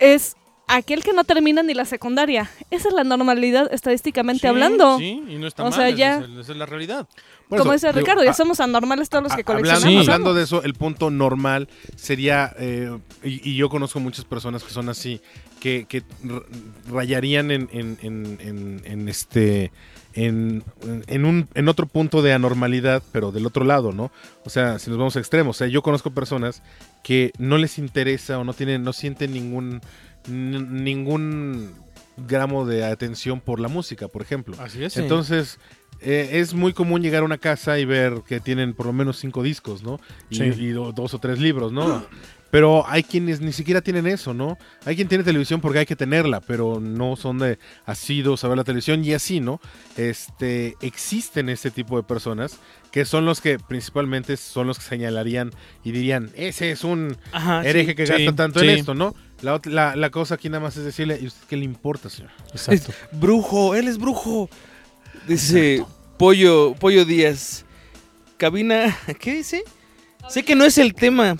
D: es aquel que no termina ni la secundaria. Esa es la normalidad estadísticamente
F: Sí,
D: hablando.
F: Sí, y no está
D: O
F: mal,
D: sea,
F: esa
D: ya.
F: es- Esa, es la realidad.
E: Por
D: Como
E: eso,
D: dice
E: digo,
D: Ricardo, ya
E: a-
D: somos anormales todos los
E: a-
D: que
E: Ah, hablando,
D: coleccionamos.
F: Sí.
E: hablando de eso, el punto normal sería, eh, y, y yo conozco muchas personas que son así, que, que r- rayarían en, en- en- en- en este... En, en un, en otro punto de anormalidad, pero del otro lado, ¿no? O sea, si nos vamos a extremos, o sea, yo conozco personas que no les interesa o no tienen, no sienten ningún ni- ningún gramo de atención por la música, por ejemplo.
F: Así es.
E: Entonces, eh, es muy común llegar a una casa y ver que tienen por lo menos cinco discos, ¿no? Y,
F: Sí. Ah.
E: y do- dos o tres libros, ¿no? Pero hay quienes ni siquiera tienen eso, ¿no? Hay quien tiene televisión porque hay que tenerla, pero no son de asidos a ver la televisión y así, ¿no? Este, existen este tipo de personas que son los que principalmente son los que señalarían y dirían, ese es un
C: Ajá, sí.
E: hereje que
F: Ah, sí,
E: gasta tanto
F: sí.
E: en esto, ¿no? La, ot- la- la cosa aquí nada más es decirle, ¿y usted qué le importa, señor?
F: Exacto.
C: Brujo, él es brujo. Dice Pollo, Pollo Díaz. Cabina, ¿qué dice? Sé que no es el tema.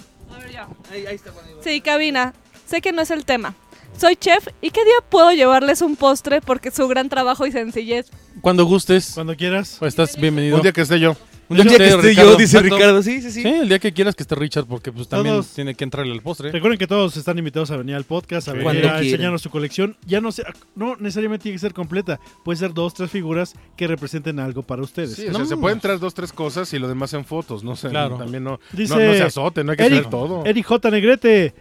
D: Sí, cabina. Sé que no es el tema. Soy chef y qué día puedo llevarles un postre porque su gran trabajo y sencillez.
F: Cuando gustes,
B: Cuando quieras.
F: pues, estás bienvenido.
E: Un día que esté yo.
F: Un
C: el día que esté yo, dice
F: Exacto.
C: Ricardo. Sí, sí, sí.
F: Sí, el día que quieras que esté Richard, porque pues también
B: Todos.
F: tiene que entrarle al postre.
B: Recuerden que todos están invitados a venir al podcast, a venir
C: Cuando
B: a
C: quieran.
B: enseñarnos su colección. Ya no sé, no necesariamente tiene que ser completa, puede ser dos, tres figuras que representen algo para ustedes.
E: Sí, o
F: No,
E: sea, se
F: no.
E: pueden traer dos, tres cosas y lo demás en fotos, no sé.
F: Claro.
E: También no,
B: Dice
E: no, no se azote, no hay que
B: Eric-
E: traer todo.
B: Eric J. Negrete,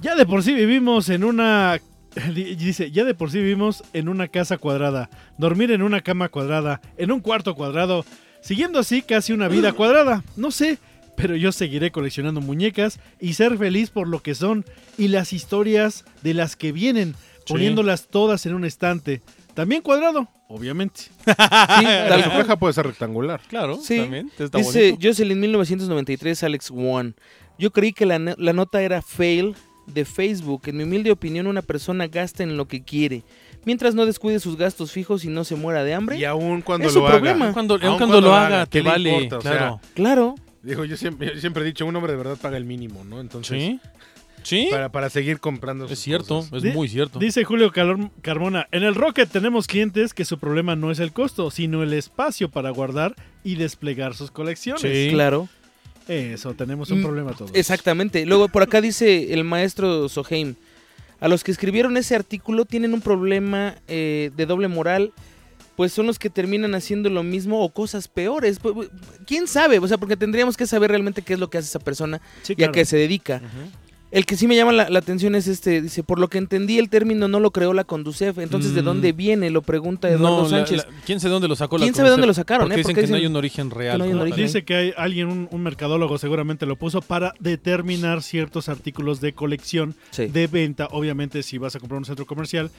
B: ya de por sí vivimos en una. di- Dice, ya de por sí vivimos en una casa cuadrada, dormir en una cama cuadrada, en un cuarto cuadrado, siguiendo así casi una vida cuadrada. No sé, pero yo seguiré coleccionando muñecas y ser feliz por lo que son y las historias de las que vienen,
F: Sí.
B: poniéndolas todas en un estante. También cuadrado, obviamente.
C: Sí,
E: La
C: tal cual.
E: caja puede ser rectangular.
F: Claro,
C: Sí.
F: también. Este Está
C: Dice
F: bonito.
C: Jocelyn 1993, Alex One. Yo creí que la, no- la nota era fail de Facebook. En mi humilde opinión, una persona gasta en lo que quiere. Mientras no descuide sus gastos fijos y no se muera de hambre.
E: Y aún cuando
C: Es su
E: lo haga.
C: problema.
F: Aun Cuando, aun
E: Aun
F: cuando
E: cuando
F: lo
E: lo
F: haga,
E: haga,
F: te
E: ¿qué le
F: vale.
E: importa? O sea,
F: claro.
C: Claro.
E: Digo, yo siempre, yo siempre he dicho, un hombre de verdad paga el mínimo, ¿no? Entonces,
F: sí. Sí.
E: pues para, para seguir comprando.
F: Es
E: sus
F: cierto,
E: cosas.
F: es
B: Di-
F: muy cierto.
B: Dice Julio Calor- Carmona, en el Rocket tenemos clientes que su problema no es el costo, sino el espacio para guardar y desplegar sus colecciones.
F: Sí. Pues.
C: Claro.
B: Eso, tenemos un
C: Mm,
B: problema todos.
C: Exactamente. Luego, por acá dice el maestro Soheim. A los que escribieron ese artículo tienen un problema eh, de doble moral. Pues son los que terminan haciendo lo mismo o cosas peores. Pu- pu- ¿Quién sabe? O sea, porque tendríamos que saber realmente qué es lo que hace esa persona
B: Sí,
C: y a
B: claro.
C: qué se dedica. El que sí me llama la, la atención es este, dice, por lo que entendí el término no lo creó la Conducef, entonces ¿de
F: Mm.
C: dónde viene? Lo pregunta Eduardo
F: No, la-
C: Sánchez.
F: la- ¿Quién sabe dónde lo sacó? la
C: ¿Quién sabe
F: Conducef?
C: dónde lo sacaron,
F: Porque
C: eh?
F: dicen
C: Porque
F: que no hay
C: dicen-
F: un origen real.
C: no hay un
F: como tal.
C: origen.
B: Dice que hay alguien, un, un mercadólogo seguramente lo puso para determinar ciertos artículos de colección,
C: Sí.
B: de venta. Obviamente, si vas a comprar un centro comercial,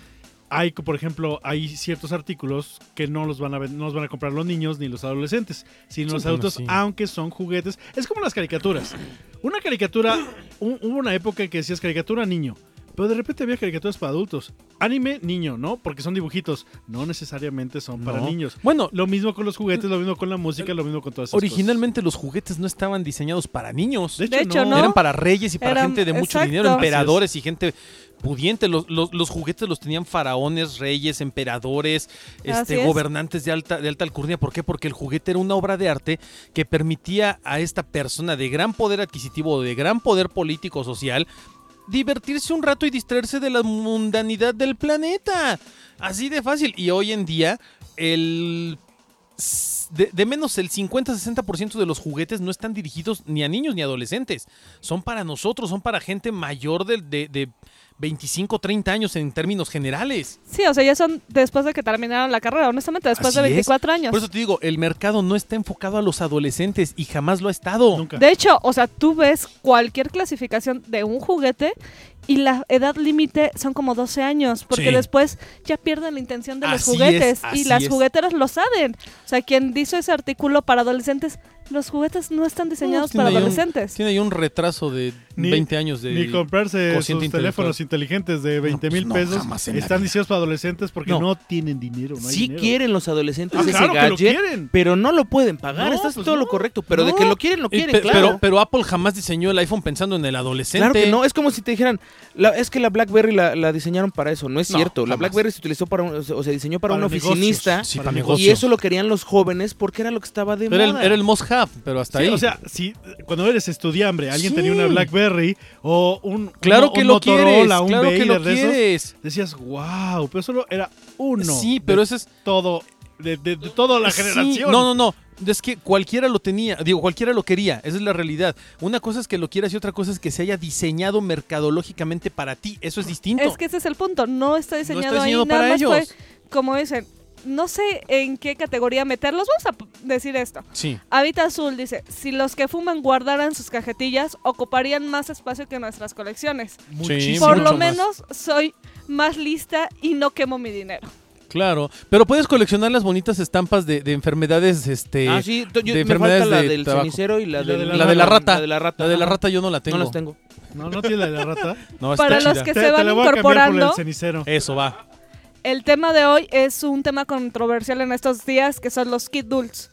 B: hay, por ejemplo, hay ciertos artículos que no los van a, ven- no los van a comprar los niños ni los adolescentes, sino los
F: bueno,
B: adultos,
F: sí.
B: aunque son juguetes. Es como las caricaturas. Una caricatura, un- hubo una época que decías caricatura niño, pero de repente había caricaturas para adultos. Anime niño, ¿no? Porque son dibujitos, no necesariamente son para
F: No.
B: niños.
F: Bueno,
B: Lo mismo con los juguetes, lo mismo con la música, lo mismo con todas esas cosas.
F: originalmente los juguetes no estaban diseñados para niños.
B: De hecho,
D: De hecho,
B: no.
D: ¿no?
F: Eran para reyes y para
D: Eran-
F: gente de mucho
D: exacto.
F: dinero, emperadores y gente pudiente. Los, los- los juguetes los tenían faraones, reyes, emperadores,
D: Así
F: este,
D: es.
F: gobernantes de alta, de alta alcurnia. ¿Por qué? Porque el juguete era una obra de arte que permitía a esta persona de gran poder adquisitivo, de gran poder político social, divertirse un rato y distraerse de la mundanidad del planeta. Así de fácil. Y hoy en día, el s- de, de menos el 50-60% de los juguetes no están dirigidos ni a niños ni a adolescentes. Son para nosotros, son para gente mayor de, de, 25-30 años en términos generales.
D: Sí, o sea, ya son después de que terminaron la carrera, honestamente, después de
F: Así es.
D: 24 años.
F: Por eso te digo, el mercado no está enfocado a los adolescentes y jamás lo ha estado.
B: Nunca.
D: De hecho, o sea, tú ves cualquier clasificación de un juguete y la edad límite son como 12 años, porque
F: Sí.
D: después ya pierden la intención de los
F: Así es,
D: juguetes y
F: así
D: las
F: es.
D: jugueteras lo saben. O sea, quien hizo ese artículo para adolescentes Los juguetes no están diseñados
F: Tiene
D: para
F: ahí un-
D: adolescentes.
F: Tiene ahí un retraso de
B: Ni-
F: 20 años de...
B: Ni comprarse
F: cociente
B: sus teléfonos inteligentes de 20 mil
F: no,
B: pesos
F: jamás en la
B: están
F: vida.
B: diseñados para adolescentes porque no,
F: No.
B: tienen dinero. No hay
C: sí
B: dinero.
C: quieren los adolescentes
B: Ah,
C: ese
B: claro que lo
C: gadget,
B: quieren.
C: pero no lo pueden pagar.
B: No,
C: Estás
B: pues
C: todo
B: no,
C: lo correcto, pero de
B: no.
C: que lo quieren, lo
F: Y
C: quieren,
F: pe-
C: claro.
F: pero, pero Apple jamás diseñó el iPhone pensando en el adolescente.
C: Claro que no, es como si te dijeran, la- es que la BlackBerry la, la diseñaron para eso, no es
F: No,
C: cierto, la
F: jamás.
C: BlackBerry se utilizó para un- o se o se diseñó para,
B: Para
C: un
B: negocios,
C: oficinista
F: Sí,
B: Para
F: para
B: negocios.
C: y
F: negocio.
C: eso lo querían los jóvenes porque era lo que estaba de
F: Era el,
C: moda.
F: era el must have, pero hasta
B: Sí,
F: ahí.
B: O sea, si cuando eres estudiambre, alguien
F: Sí.
B: tenía una BlackBerry o un,
F: claro
B: un-
F: que
B: un
F: lo
B: Motorola,
F: quieres,
B: un
F: claro que
B: Vader
F: lo
B: de esos,
F: quieres.
B: decías, wow, pero solo era uno.
F: sí, pero
B: de
F: ese es
B: todo de, de- de toda la
F: Sí,
B: generación.
F: No, no, no. Es que cualquiera lo tenía, digo, cualquiera lo quería, esa es la realidad. Una cosa es que lo quieras y otra cosa es que se haya diseñado mercadológicamente para ti, eso es distinto.
D: Es que ese es el punto, no está
F: No está
D: diseñado,
F: diseñado
D: ahí, nada
F: para
D: más
F: ellos.
D: fue, como dicen, no sé en qué categoría meterlos, vamos a p- decir esto.
F: Sí.
D: Habita Azul dice, si los que fuman guardaran sus cajetillas, ocuparían más espacio que nuestras colecciones.
F: Sí,
D: Por
F: mucho
D: lo
F: más.
D: menos soy más lista y no quemo mi dinero.
F: Claro, pero puedes coleccionar las bonitas estampas de, de enfermedades, este,
C: Ah, sí, to- yo-
F: de
C: me falta
F: enfermedades
C: la
F: de
C: del
F: tabaco.
C: cenicero y la,
B: Y la
C: del-
B: de la
F: la de la rata,
C: La de la rata.
F: la de la
C: ajá.
F: rata yo no la tengo.
C: No las tengo.
B: No, no tiene la de la rata.
F: No, está
D: Para los
F: chida.
D: que
B: Te-
D: se
B: te
D: van
B: la voy a cambiar por
D: incorporando,
B: el cenicero.
F: Eso va.
D: el tema de hoy es un tema controversial en estos días, que son los Kid Dults.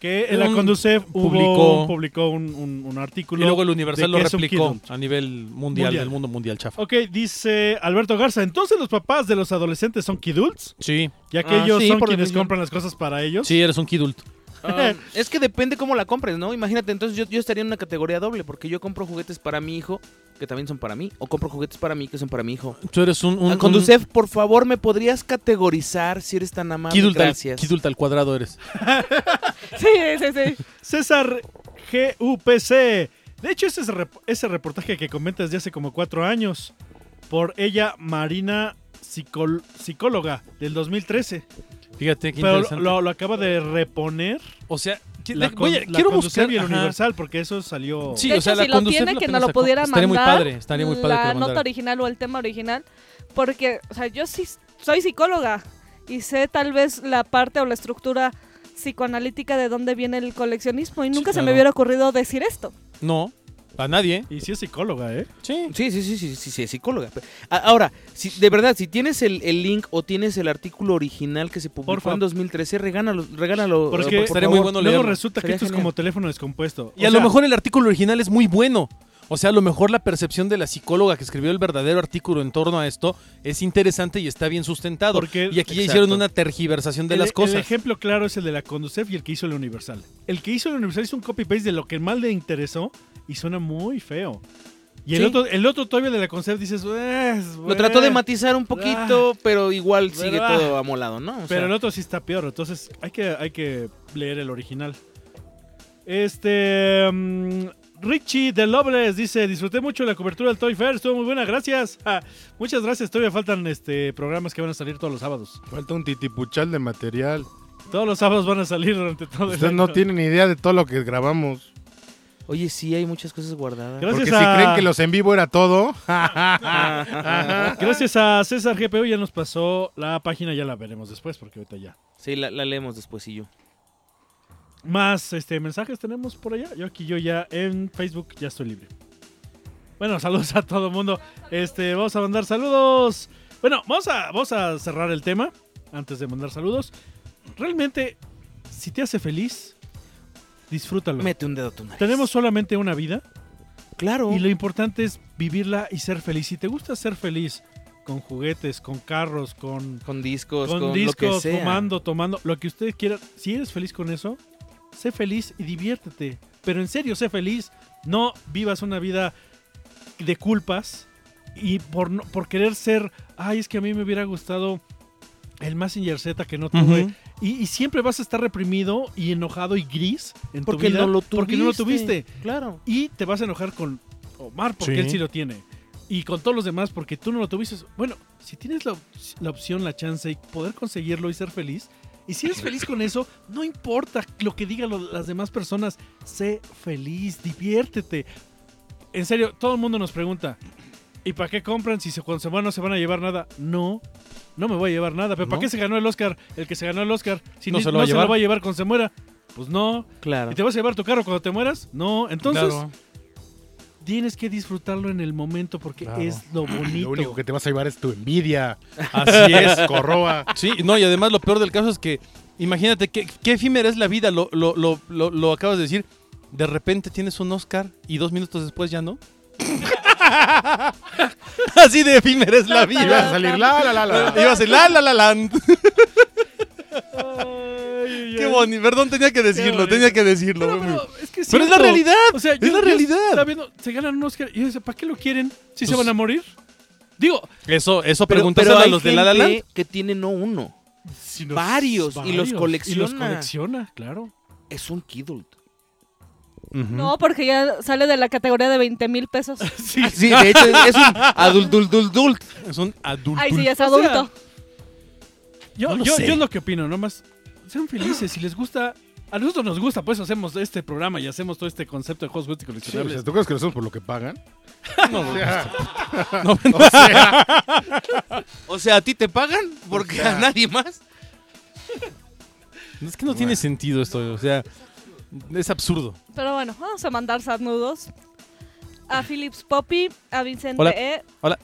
B: Que en la
F: un-
B: Conducef hubo- publicó,
F: publicó-
B: un, un- un
F: Y
B: artículo.
F: luego el
B: de
F: Universal lo
B: que es un
F: replicó
B: kidult.
F: a nivel mundial,
B: Mundial.
F: del mundo mundial, chafa.
B: Ok, dice Alberto Garza. Entonces los papás de los adolescentes son kidults,
F: Sí,
B: ya que
C: Ah,
B: ellos
C: sí,
B: son
C: por
B: quienes
C: definición.
B: compran las cosas para ellos.
F: sí, eres un kidult.
C: Ah, es que depende cómo la compres, ¿no? Imagínate, entonces yo, yo estaría en una categoría doble porque yo compro juguetes para mi hijo que también son para mí o compro juguetes para mí que son para mi hijo.
F: Tú eres un... un
C: Ah, Conducef, por favor, ¿me podrías categorizar si eres tan
F: un
C: amable?
F: kidult al-
C: Gracias.
F: kidult al cuadrado eres.
D: Sí, sí, sí.
B: César GUPC. De hecho, ese, es rep- ese reportaje que comentas de hace como cuatro años. Por ella, Marina, psicol- psicóloga, del 2013.
F: Fíjate qué
B: Pero
F: interesante.
B: lo, lo acaba de reponer
F: o sea, que-
B: la,
F: de- voy a-
B: con- la
F: quiero
B: Conducef
F: buscar...
B: y el
F: ajá.
B: Universal, porque eso salió.
F: Sí,
D: de
F: o
D: hecho,
F: sea, la
D: si lo
F: Conducef
D: tiene,
F: la
D: que no
F: apenas
D: lo
F: sacó.
D: pudiera
F: Estaría muy
D: mandar.
F: padre, estaría muy padre que
D: La
F: lo mandara.
D: nota original o el tema original, porque, o sea, yo sí soy psicóloga y sé tal vez la parte o la estructura psicoanalítica de dónde viene el coleccionismo y nunca se me
F: claro.
D: hubiera ocurrido decir esto.
F: No, a nadie.
B: Y sí es psicóloga, ¿eh?
F: Sí.
C: Sí, sí, sí, sí, sí, sí, es psicóloga. A- Ahora, si, de verdad, si tienes el, el link o tienes el artículo original que se publicó
B: Porfa.
C: en 2013, regálalo, regálalo.
B: Porque
C: eh, por
F: estaría
C: favor.
F: muy bueno
B: Luego
F: leerlo.
B: resulta que
C: Sería
B: esto es
C: genial.
B: como teléfono descompuesto.
F: Y a
B: O
F: lo
B: sea,
F: mejor el artículo original es muy bueno. O sea, a lo mejor la percepción de la psicóloga que escribió el verdadero artículo en torno a esto es interesante y está bien sustentado.
B: Porque-
F: y aquí ya
B: Exacto.
F: hicieron una tergiversación de
B: el-
F: las cosas.
B: El ejemplo claro es el de la Conducef y el que hizo la Universal. El que hizo la Universal hizo un copy-paste de lo que mal le interesó y suena muy feo. Y el,
F: Sí.
B: otro, el otro todavía de la Conducef dices... "Pues, "Es,
C: Lo trató
B: bueno".
C: de
B: Ah,
C: matizar un poquito, pero igual sigue
B: ¿Verdad?
C: todo amolado, ¿no? O sea,
B: Pero el otro sí está peor, entonces hay que, hay que leer el original. Este. mm, Richie de Lobles dice: Disfruté mucho la cobertura del Toy Fair, estuvo muy buena, gracias. Ja, muchas gracias, todavía faltan este, programas que van a salir todos los sábados.
E: Falta un titipuchal de material.
B: Todos los sábados van a salir durante todo el
E: Ustedes
B: año.
E: no tienen idea de todo lo que grabamos.
C: Oye, sí, hay muchas cosas guardadas.
B: Gracias
E: Porque
B: a-
E: si creen que los en vivo era todo,
C: Ah,
B: Gracias a César GPU ya nos pasó la página, ya la veremos después porque ahorita ya.
C: Sí, la, la leemos después y yo.
B: Más este, mensajes tenemos por allá. Yo aquí, yo ya en Facebook ya estoy libre. Bueno, saludos a todo el mundo. Este, vamos a mandar saludos. Bueno, vamos a, vamos a cerrar el tema antes de mandar saludos. Realmente, si te hace feliz, disfrútalo.
C: Mete un dedo a tu nariz.
B: Tenemos solamente una vida
C: Claro.
B: y lo importante es vivirla y ser feliz. Si te gusta ser feliz con juguetes, con carros, con
C: Con discos, Pues con,
B: con,
C: lo que
B: discos,
C: sea.
B: fumando, tomando, lo que ustedes quieran. Si eres feliz con eso, sé feliz y diviértete. Pero en serio, sé feliz. No vivas una vida de culpas y por, no- por querer ser, ay, es que a mí me hubiera gustado el Massinger Z que no tuve.
F: Ujú.
B: y, y siempre vas a estar reprimido y enojado y gris en
C: Porque
B: tu vida
C: no lo tuviste.
B: porque no lo tuviste.
C: Claro.
B: Y te vas a enojar con Omar porque
F: Sí.
B: él sí lo tiene. Y con todos los demás porque tú no lo tuviste. Bueno, si tienes la, op- la opción, la chance y poder conseguirlo y ser feliz. Y si eres feliz con eso, no importa lo que digan lo- las demás personas. Sé feliz, diviértete. En serio, todo el mundo nos pregunta. ¿Y para qué compran si se, cuando se van no se van a llevar nada? No, no me voy a llevar nada. ¿Pero para
F: No.
B: qué se ganó el Oscar? El que se ganó el Oscar, si
F: No
B: ni-
F: se lo va a llevar. Ah.
B: va a llevar cuando se muera. Pues no.
C: Claro.
B: ¿Y te vas a llevar tu carro cuando te mueras? No. Entonces,
F: Claro.
B: tienes que disfrutarlo en el momento porque
F: Claro.
B: es lo bonito.
E: Lo único que te vas a llevar es tu envidia.
F: Así es.
E: Corroa.
F: Sí, no, y además lo peor del caso es que, imagínate, qué, qué efímera es la vida, lo, lo, lo, lo, lo acabas de decir. De repente tienes un Oscar y dos minutos después ya no. Así de efímera es la
E: Y vas a
F: vida.
E: salir la, la, la, la.
F: Ibas a la la la land.
B: Ay,
F: Qué
B: ay.
F: bonito. Perdón, tenía que decirlo,
B: bonito.
F: tenía que decirlo.
B: Pero, pero, es que
F: Pero es la
B: cierto.
F: realidad,
B: O sea,
F: es la realidad.
B: estaba viendo, se ganan un Oscar y yo decía, ¿para qué lo quieren? ¿Si se
F: Pues-
B: van a morir? Digo,
F: Eso, eso
C: Pero-
F: pregúntaselo
C: pero
F: a
C: hay
F: los de la la
C: gente
F: land.
C: que tiene no uno.
B: si nos-
C: Varios, y los colecciona.
B: Y los colecciona, claro.
C: Es un Kidult.
D: No, porque ya sale de la categoría de 20 mil pesos.
B: Sí,
C: Ah, Sí, de hecho es un adult, dult, dult, dult.
F: Es un adulto.
D: Ay, sí, ya
B: O
D: es
B: sea,
D: adulto.
B: yo,
F: no lo
B: yo,
F: sé.
B: yo es lo que opino, nomás sean felices, si les gusta... A nosotros nos gusta, pues hacemos este programa y hacemos todo este concepto de juegos web y
E: Sí, o
B: coleccionables.
E: sea, ¿Tú crees que lo hacemos por lo que pagan?
F: No,
E: O sea,
C: O sea, ¿a ti te pagan? Porque
E: O sea.
C: a nadie más.
F: Es que no tiene sentido esto, o sea, es absurdo.
D: Pero bueno, vamos a mandar saludos a Philips Poppy, a Vicente
F: Hola.
D: E.
F: Hola.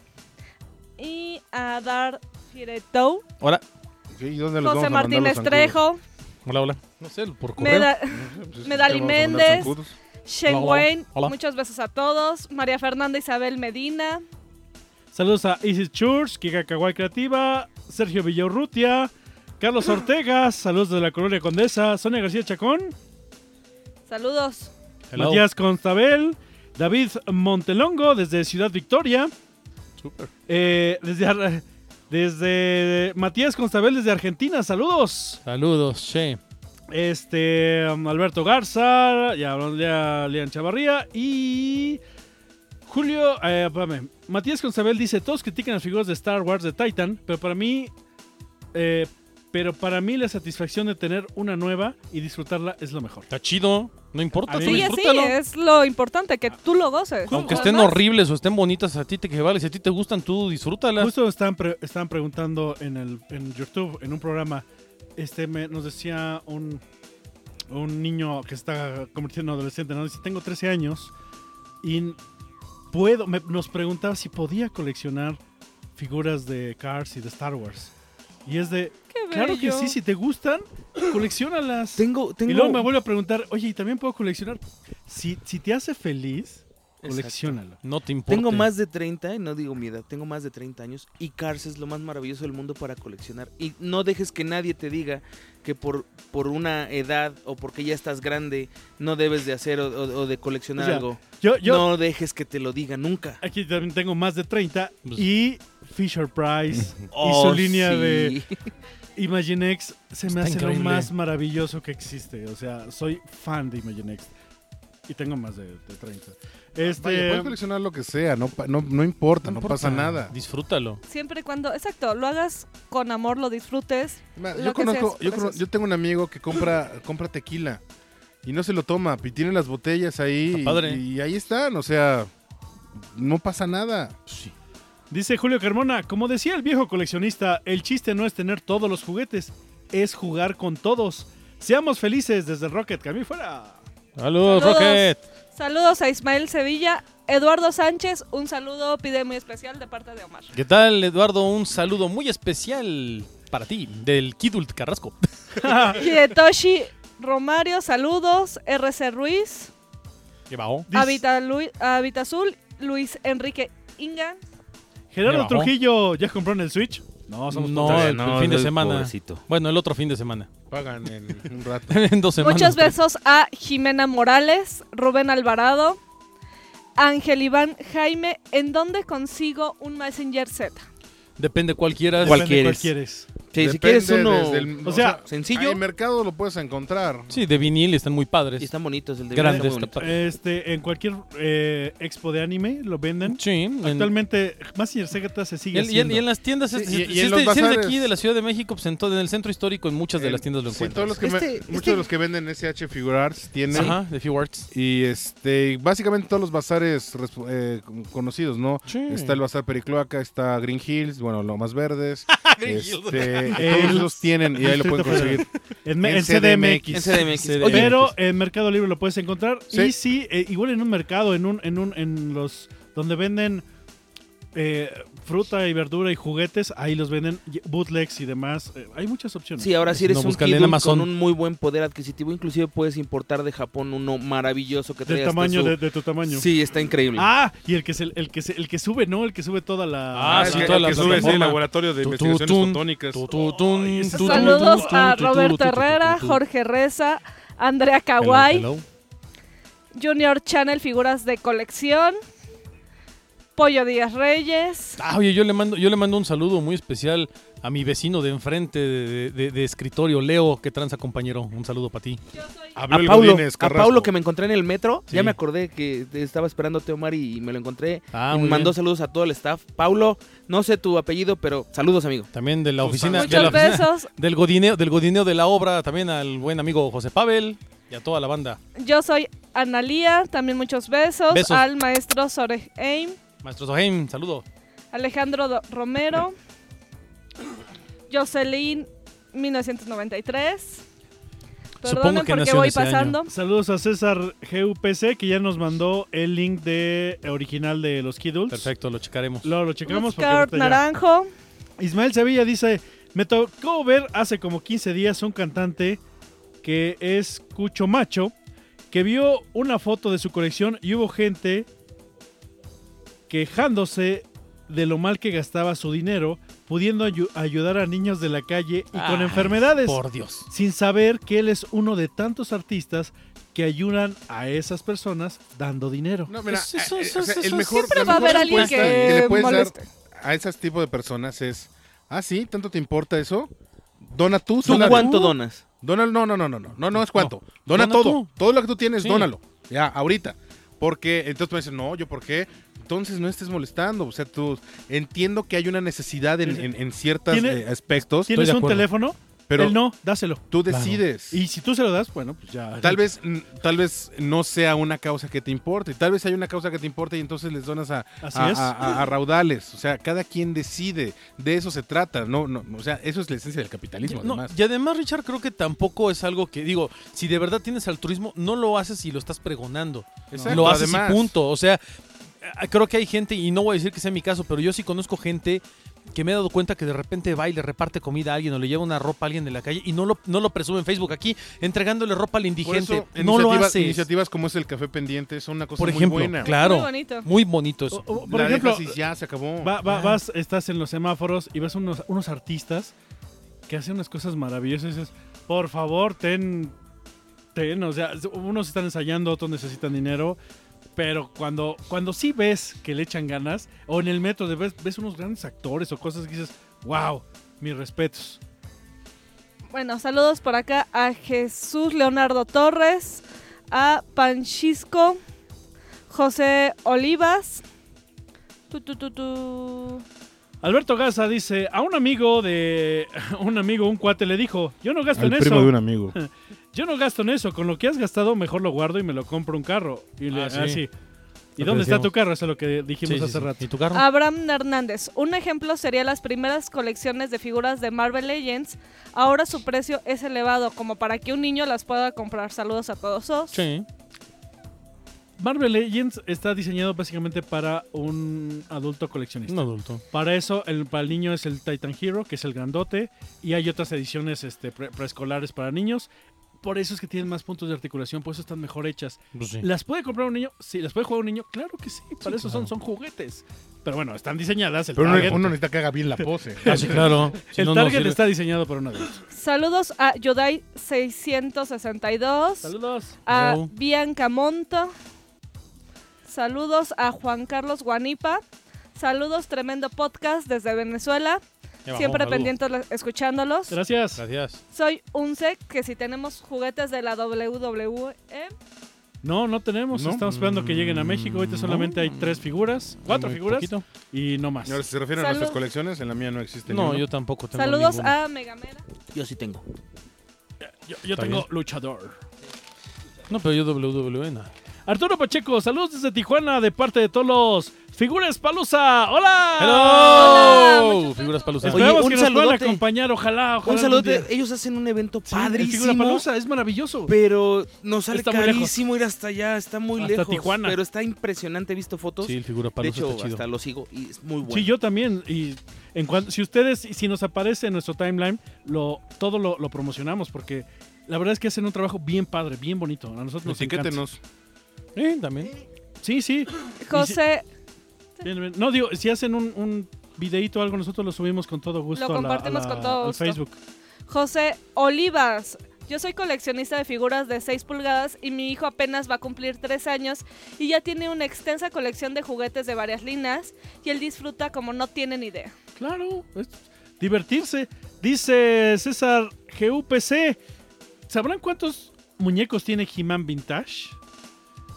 D: Y a Dar Firetou,
F: Hola,
E: ¿sí? ¿Y dónde los vamos
D: José
E: a mandar los
D: Martínez Trejo,
F: hola, hola. No sé, por correo.
D: Meda-
E: zancudos? Pues,
D: Medali
E: ¿qué vamos a mandar
D: Méndez.
E: zancudos?
D: Shane
F: Hola, hola,
D: Wayne,
F: hola.
D: muchos besos a todos, María Fernanda Isabel Medina,
B: Saludos a Isis Church, Kika Kawai Creativa, Sergio Villaurrutia, Carlos Ortega, saludos de la Colonia Condesa, Sonia García Chacón,
D: saludos.
F: Hello.
B: Matías Constabel, David Montelongo desde Ciudad Victoria,
F: Súper.
B: eh, desde, Ar- desde Matías Constabel desde Argentina, saludos.
F: Saludos, che.
B: Este um, Alberto Garza, ya hablamos de Lian Chavarría y Julio, eh, espérame, Matías Constabel dice, todos critican las figuras de Star Wars de Titan, pero para mí, eh, pero para mí la satisfacción de tener una nueva y disfrutarla es lo mejor.
F: Está chido, no importa,
B: A mí
F: tú
D: Sí,
B: me-
D: eh. sí,
F: disfrútalo.
D: es lo importante, que tú lo goces.
F: Aunque
D: Además,
F: estén horribles o estén bonitas, a ti te que vale. Si a ti te gustan, tú disfrútalas.
B: Justo estaban, pre- estaban preguntando en, el, en YouTube, en un programa, este me- nos decía un, un niño que está convirtiendo en adolescente, nos dice, tengo 13 años y puedo, me- nos preguntaba si podía coleccionar figuras de Cars y de Star Wars. Y es de,
D: qué
B: claro que
D: bello.
B: sí, si te gustan, coleccionalas.
C: Tengo, tengo.
B: Y luego me vuelve a preguntar, oye, ¿y también puedo coleccionar? Si, si te hace feliz, coleccionalo.
F: No te importa.
C: Tengo más de 30, y no digo mi edad, tengo más de 30 años y Cars es lo más maravilloso del mundo para coleccionar. Y no dejes que nadie te diga que por, por una edad o porque ya estás grande no debes de hacer o, o- o de coleccionar
B: O sea,
C: algo.
B: Yo, yo,
C: No dejes que te lo diga nunca.
B: Aquí también tengo más de 30.
F: Pues-
B: Y Fisher Price y
C: Oh,
B: su línea
C: sí.
B: de Imaginex se me
F: Está
B: hace
F: increíble.
B: lo más maravilloso que existe. O sea, soy fan de Imaginex. Y tengo más de, de 30.
E: Vaya,
B: Este.
E: puedes coleccionar lo que sea, no, pa- no, no importa, no,
F: importa,
E: pasa nada.
F: Disfrútalo.
D: Siempre y cuando, exacto, lo hagas con amor, lo disfrutes.
E: Ma,
D: Lo
E: Yo
D: que sea
E: conozco,
D: es
E: yo, cono-
D: precioso.
E: yo tengo un amigo que compra, compra tequila y no se lo toma, y tiene las botellas ahí
F: Está
E: y-
F: padre.
E: Y, ahí están, o sea, no pasa nada.
B: Dice Julio Carmona, como decía el viejo coleccionista, el chiste no es tener todos los juguetes, es jugar con todos. Seamos felices desde Rocket, que a mí fuera.
F: Saludos,
D: Saludos.
F: Rocket.
D: Saludos a Ismael Sevilla, Eduardo Sánchez, un saludo pide muy especial de parte de Omar.
F: ¿Qué tal, Eduardo? Un saludo muy especial para ti, del Kidult Carrasco.
D: Hidetoshi Romario, saludos. RC Ruiz,
F: ¿Qué bajo?
B: Dice-
D: Habita, Lu- Habita Azul, Luis Enrique Inga.
B: Gerardo
F: bajó.
B: Trujillo, ¿ya compraron el Switch? No, somos
F: No,
B: tontos.
F: el,
C: no,
F: fin de
C: soy
F: semana.
C: pobrecito.
F: Bueno, el otro fin de semana.
E: Pagan en un rato.
F: en dos semanas.
D: Muchos besos a Jimena Morales, Rubén Alvarado, Ángel Iván Jaime. ¿En dónde consigo un Messenger Z?
F: Depende cuál quieras.
C: ¿Cuál
B: Depende de
C: quieres?
B: quieres.
C: Sí, si
E: Depende
C: quieres uno.
E: desde el-
B: o sea,
C: sencillo.
E: En mercado lo puedes encontrar.
F: Sí, de vinil están muy padres.
C: Y están bonitos, el de
F: Grande
C: vinil está muy
F: está
C: bonito.
B: Este, en cualquier eh, expo de anime lo venden.
F: Sí, en-
B: Actualmente, Massinger Segata se
F: y
B: sigue
F: en- y, en,
B: haciendo.
F: y en las tiendas, si,
E: Sí, y- y
F: si
E: en los
F: este- si eres de
E: bazares.
F: aquí, de la Ciudad de México, pues en, todo- en el centro histórico, en muchas de
E: En-
F: las tiendas lo
E: sí, todos
F: encuentras.
E: los que me-
C: Este-
E: muchos
C: este-
E: de los que venden SH Figure Arts tienen.
F: Ajá, de Few Arts.
E: Y este, básicamente todos los bazares resp- eh, con- conocidos, ¿no?
F: Sí.
E: Está el bazar Pericloaca, está Green Hills, bueno, lo más verdes.
F: Green
E: este, que
B: El-
E: todos los tienen y ahí lo
B: Distrito
E: pueden
B: Federal.
E: conseguir.
B: En, me-
E: En
B: en CDMX.
C: En CDMX.
F: CDMX.
C: Oye,
B: Pero en Mercado Libre lo puedes encontrar.
E: Sí.
B: Y sí, eh, igual en un mercado, en un, en un, en los donde venden eh, fruta y verdura y juguetes, ahí los venden y- bootlegs y demás. Eh, hay muchas opciones.
C: Sí, ahora si eres
F: No,
C: un
F: búscale en
C: kidult
F: Amazon.
C: con un muy buen poder adquisitivo, inclusive puedes importar de Japón uno maravilloso que trae
B: del
C: hasta
B: tamaño,
C: su-
B: de, de tu tamaño.
C: Sí, está increíble.
B: Ah, y el que, se, el, que se- el que sube, ¿no? El que sube toda la...
F: Ah,
E: Ah,
F: sí,
E: que,
F: toda la
E: que sube así el
F: plataforma.
E: laboratorio
F: Tu,
E: de
F: tu,
E: investigaciones
F: tun,
E: fotónicas.
F: Tu, tu, tun,
B: Ay, ese
F: tu,
B: está
F: tun,
B: muy
D: Saludos
F: tun,
D: a
F: tun, tun,
D: Roberto
F: tun, tun,
D: Herrera,
F: tun, tun.
D: Jorge Reza, Andrea
F: Hello,
D: Kawai,
F: hello.
D: Junior Channel Figuras de Colección, Pollo Díaz Reyes.
F: Ah, oye, yo le mando, yo le mando un saludo muy especial a mi vecino de enfrente de, de- de escritorio, Leo, que tranza compañero. Un saludo para ti.
E: Habló
C: A
E: el
C: Paulo,
E: Godínez
C: a
E: Carrasco.
C: Paulo que me encontré en el metro,
F: Sí.
C: ya me acordé que te estaba esperando a Omar y me lo encontré.
F: Ah,
C: y
F: muy
C: mandó
F: bien.
C: saludos a todo el staff. Paulo, no sé tu apellido, pero saludos, amigo.
F: También de la
E: Sus
F: oficina, de la
D: Muchos
F: oficina-
D: besos.
F: del godineo, del godineo de la obra, también al buen amigo José Pavel y a toda la banda.
D: Yo soy Analía, también muchos besos.
F: Besos.
D: Al maestro Soreg Aim,
F: Maestro Soheim, saludo.
D: Alejandro Do- Romero, Jocelyn 1993.
F: Supongo
D: Perdonen
F: que
D: porque
F: nació en
D: voy
F: ese año.
D: pasando.
B: Saludos a César GUPC, que ya nos mandó el link de original de los Kidults.
F: Perfecto, lo checaremos.
B: Lo, lo checamos. porque
D: Oscar
B: ahorita ya-
D: Naranjo.
B: Ismael Sevilla dice, me tocó ver hace como 15 días un cantante que es Cucho Macho, que vio una foto de su colección y hubo gente quejándose de lo mal que gastaba su dinero, pudiendo ayu- ayudar a niños de la calle y con
F: Ay,
B: enfermedades,
F: Por Dios.
B: sin saber que él es uno de tantos artistas que ayudan a esas personas dando dinero.
E: No, mira,
F: Eso- eso-
E: eh, eh,
F: eso-
E: o sea,
F: eso-
E: el
F: eso-
E: mejor,
D: siempre
E: la
D: va a
E: mejor
D: haber alguien
E: respuesta
D: que
E: le puedes dar
D: moleste.
E: a ese tipo de personas es, ah, sí, tanto te importa eso, dona tú,
C: ¿Tú
E: dona-
C: cuánto donas?
E: Dona, no, no, no, no, no, no, no es cuánto. Dona,
F: Dona
E: todo,
F: tú.
E: todo lo que tú tienes,
F: Sí.
E: dónalo, ya, ahorita. Porque entonces me dicen, no, yo por qué, entonces no estés molestando, o sea, tú, entiendo que hay una necesidad en, en, en ciertos eh,
B: Tiene-
E: aspectos,
B: ¿Tienes
F: de
B: un
F: acuerdo.
B: teléfono?
E: pero
B: él no, dáselo.
E: tú
F: Claro.
E: decides.
B: Y si tú se lo das, bueno, pues ya.
E: Tal vez, mm, tal vez no sea una causa que te importe. Tal vez hay una causa que te importe y entonces les donas a,
B: Así
E: a-
B: es.
E: a- a- a raudales. O sea, cada quien decide. De eso se trata. No, no, o sea, eso es la esencia del capitalismo,
F: No,
E: además.
F: y además, Richard, creo que tampoco es algo que, digo, si de verdad tienes altruismo, no lo haces y lo estás pregonando.
E: Exacto,
F: lo haces
E: además.
F: y punto. O sea, eh, creo que hay gente, y no voy a decir que sea mi caso, pero yo sí conozco gente que me he dado cuenta que de repente va y le reparte comida a alguien o le lleva una ropa a alguien de la calle y no lo, no lo presume en Facebook aquí, entregándole ropa al
E: Por
F: indigente.
E: eso,
F: no lo
E: iniciativa-
F: haces.
E: Iniciativas como es el café pendiente son una cosa
F: Por
E: muy
F: ejemplo,
E: buena.
F: claro.
D: Muy bonito.
F: Muy bonito eso.
B: O- o, por
E: La
B: ejemplo,
E: dejas y ya se acabó.
B: Va- va-
F: Ah.
B: vas, estás en los semáforos y ves unos, unos artistas que hacen unas cosas maravillosas. y dices, por favor, ten, ten. O sea, unos están ensayando, otros necesitan dinero. Pero cuando, cuando sí ves que le echan ganas, o en el metro de ves, ves unos grandes actores o cosas que dices, wow, mis respetos.
D: Bueno, saludos por acá a Jesús Leonardo Torres, a Panchisco, José Olivas. Tu, tu, tu, tu.
B: Alberto Gaza dice, a un amigo de... un amigo, un cuate le dijo, yo no gasto en eso.
E: amigo.
B: Yo no gasto en eso. Con lo que has gastado, mejor lo guardo y me lo compro un carro. Y le,
F: Ah, sí.
B: ah, sí. ¿Y
F: Lo que
B: dónde está
F: decíamos.
B: tu carro? Eso es lo que dijimos
F: Sí, sí,
B: hace
F: sí.
B: rato.
F: ¿Y tu carro?
D: Abraham Hernández. Un ejemplo sería las primeras colecciones de figuras de Marvel Legends. Ahora su precio es elevado, como para que un niño las pueda comprar. Saludos a todos. os.
F: Sí.
B: Marvel Legends está diseñado básicamente para un adulto coleccionista.
F: Un adulto.
B: Para eso, el, para el niño es el Titan Hero, que es el grandote. Y hay otras ediciones este, pre- preescolares para niños. Por eso es que tienen más puntos de articulación, por eso están mejor hechas.
F: Pues sí.
B: ¿Las puede comprar un niño? Sí, ¿las puede jugar un niño? Claro que sí, para eso son,
F: claro.
B: son juguetes. Pero bueno, están diseñadas. El
E: Pero
B: target,
E: uno, uno necesita que haga bien la pose.
F: Ah, sí, claro. Si
B: el
F: no, no
B: target
F: sirve.
B: está diseñado para una de ellas.
D: Saludos a Yodai 662.
B: Saludos.
D: a
F: Hello.
D: Bianca Monto. Saludos a Juan Carlos Guanipa. Saludos, tremendo podcast desde Venezuela.
F: Ya bajó,
D: Siempre
F: saludos.
D: pendientes la- escuchándolos.
B: Gracias.
F: Gracias.
D: Soy Unce, que si tenemos juguetes de la E. WWE,
B: No, no tenemos.
E: ¿No?
B: Estamos esperando que lleguen a México. Ahorita solamente hay tres figuras, cuatro
F: Muy
B: figuras
F: poquito.
B: y no más.
E: Señores, si se refieren a
D: Salud.
E: nuestras colecciones, en la mía no existe
F: No,
E: ni uno.
F: yo tampoco tengo
D: saludos
F: ninguno.
D: a Megamera.
C: Yo sí tengo.
B: Yo, yo
F: Está
B: tengo
F: bien.
B: luchador.
F: No, pero yo E WWE no.
B: Arturo Pacheco, saludos desde Tijuana de parte de todos los Figuras Palusa, hola.
A: Ah, Hola,
F: ¡Hello!
A: muchas
F: Figuras palusas.
C: Oye,
B: Esperamos
C: un
B: que nos puedan
C: saludote.
B: acompañar, ojalá, ojalá.
C: Un
B: algún
C: saludote.
B: día.
C: Ellos hacen un evento
B: Sí, el
C: padrísimo.
B: Figurapalooza, es maravilloso.
C: Pero nos sale
B: Está muy lejos.
C: carísimo ir hasta allá, está muy
B: Hasta
C: lejos.
B: Tijuana.
C: Pero está impresionante, he visto fotos.
F: Sí, el figura
C: de
F: palusa
C: hecho,
F: está chido.
C: hasta lo sigo y es muy bueno.
B: Sí, yo también. Y en cuanto, si ustedes, si nos aparece en nuestro timeline, lo, todo lo, lo promocionamos porque la verdad es que hacen un trabajo bien padre, bien bonito. A nosotros nos encanta.
E: Etiquétenos.
F: Sí, también.
B: Sí, sí.
D: José,
B: Bien, bien. No, digo, si hacen un, un videíto o algo, nosotros lo subimos con todo gusto.
D: Lo
B: a la- a
D: compartimos
B: la-
D: con todo
B: al
D: gusto.
B: Facebook.
D: José Olivas. Yo soy coleccionista de figuras de 6 pulgadas y mi hijo apenas va a cumplir 3 años y ya tiene una extensa colección de juguetes de varias líneas y él disfruta como no tienen idea.
B: Claro, es divertirse. Dice César GUPC. ¿Sabrán cuántos muñecos tiene He-Man Vintage?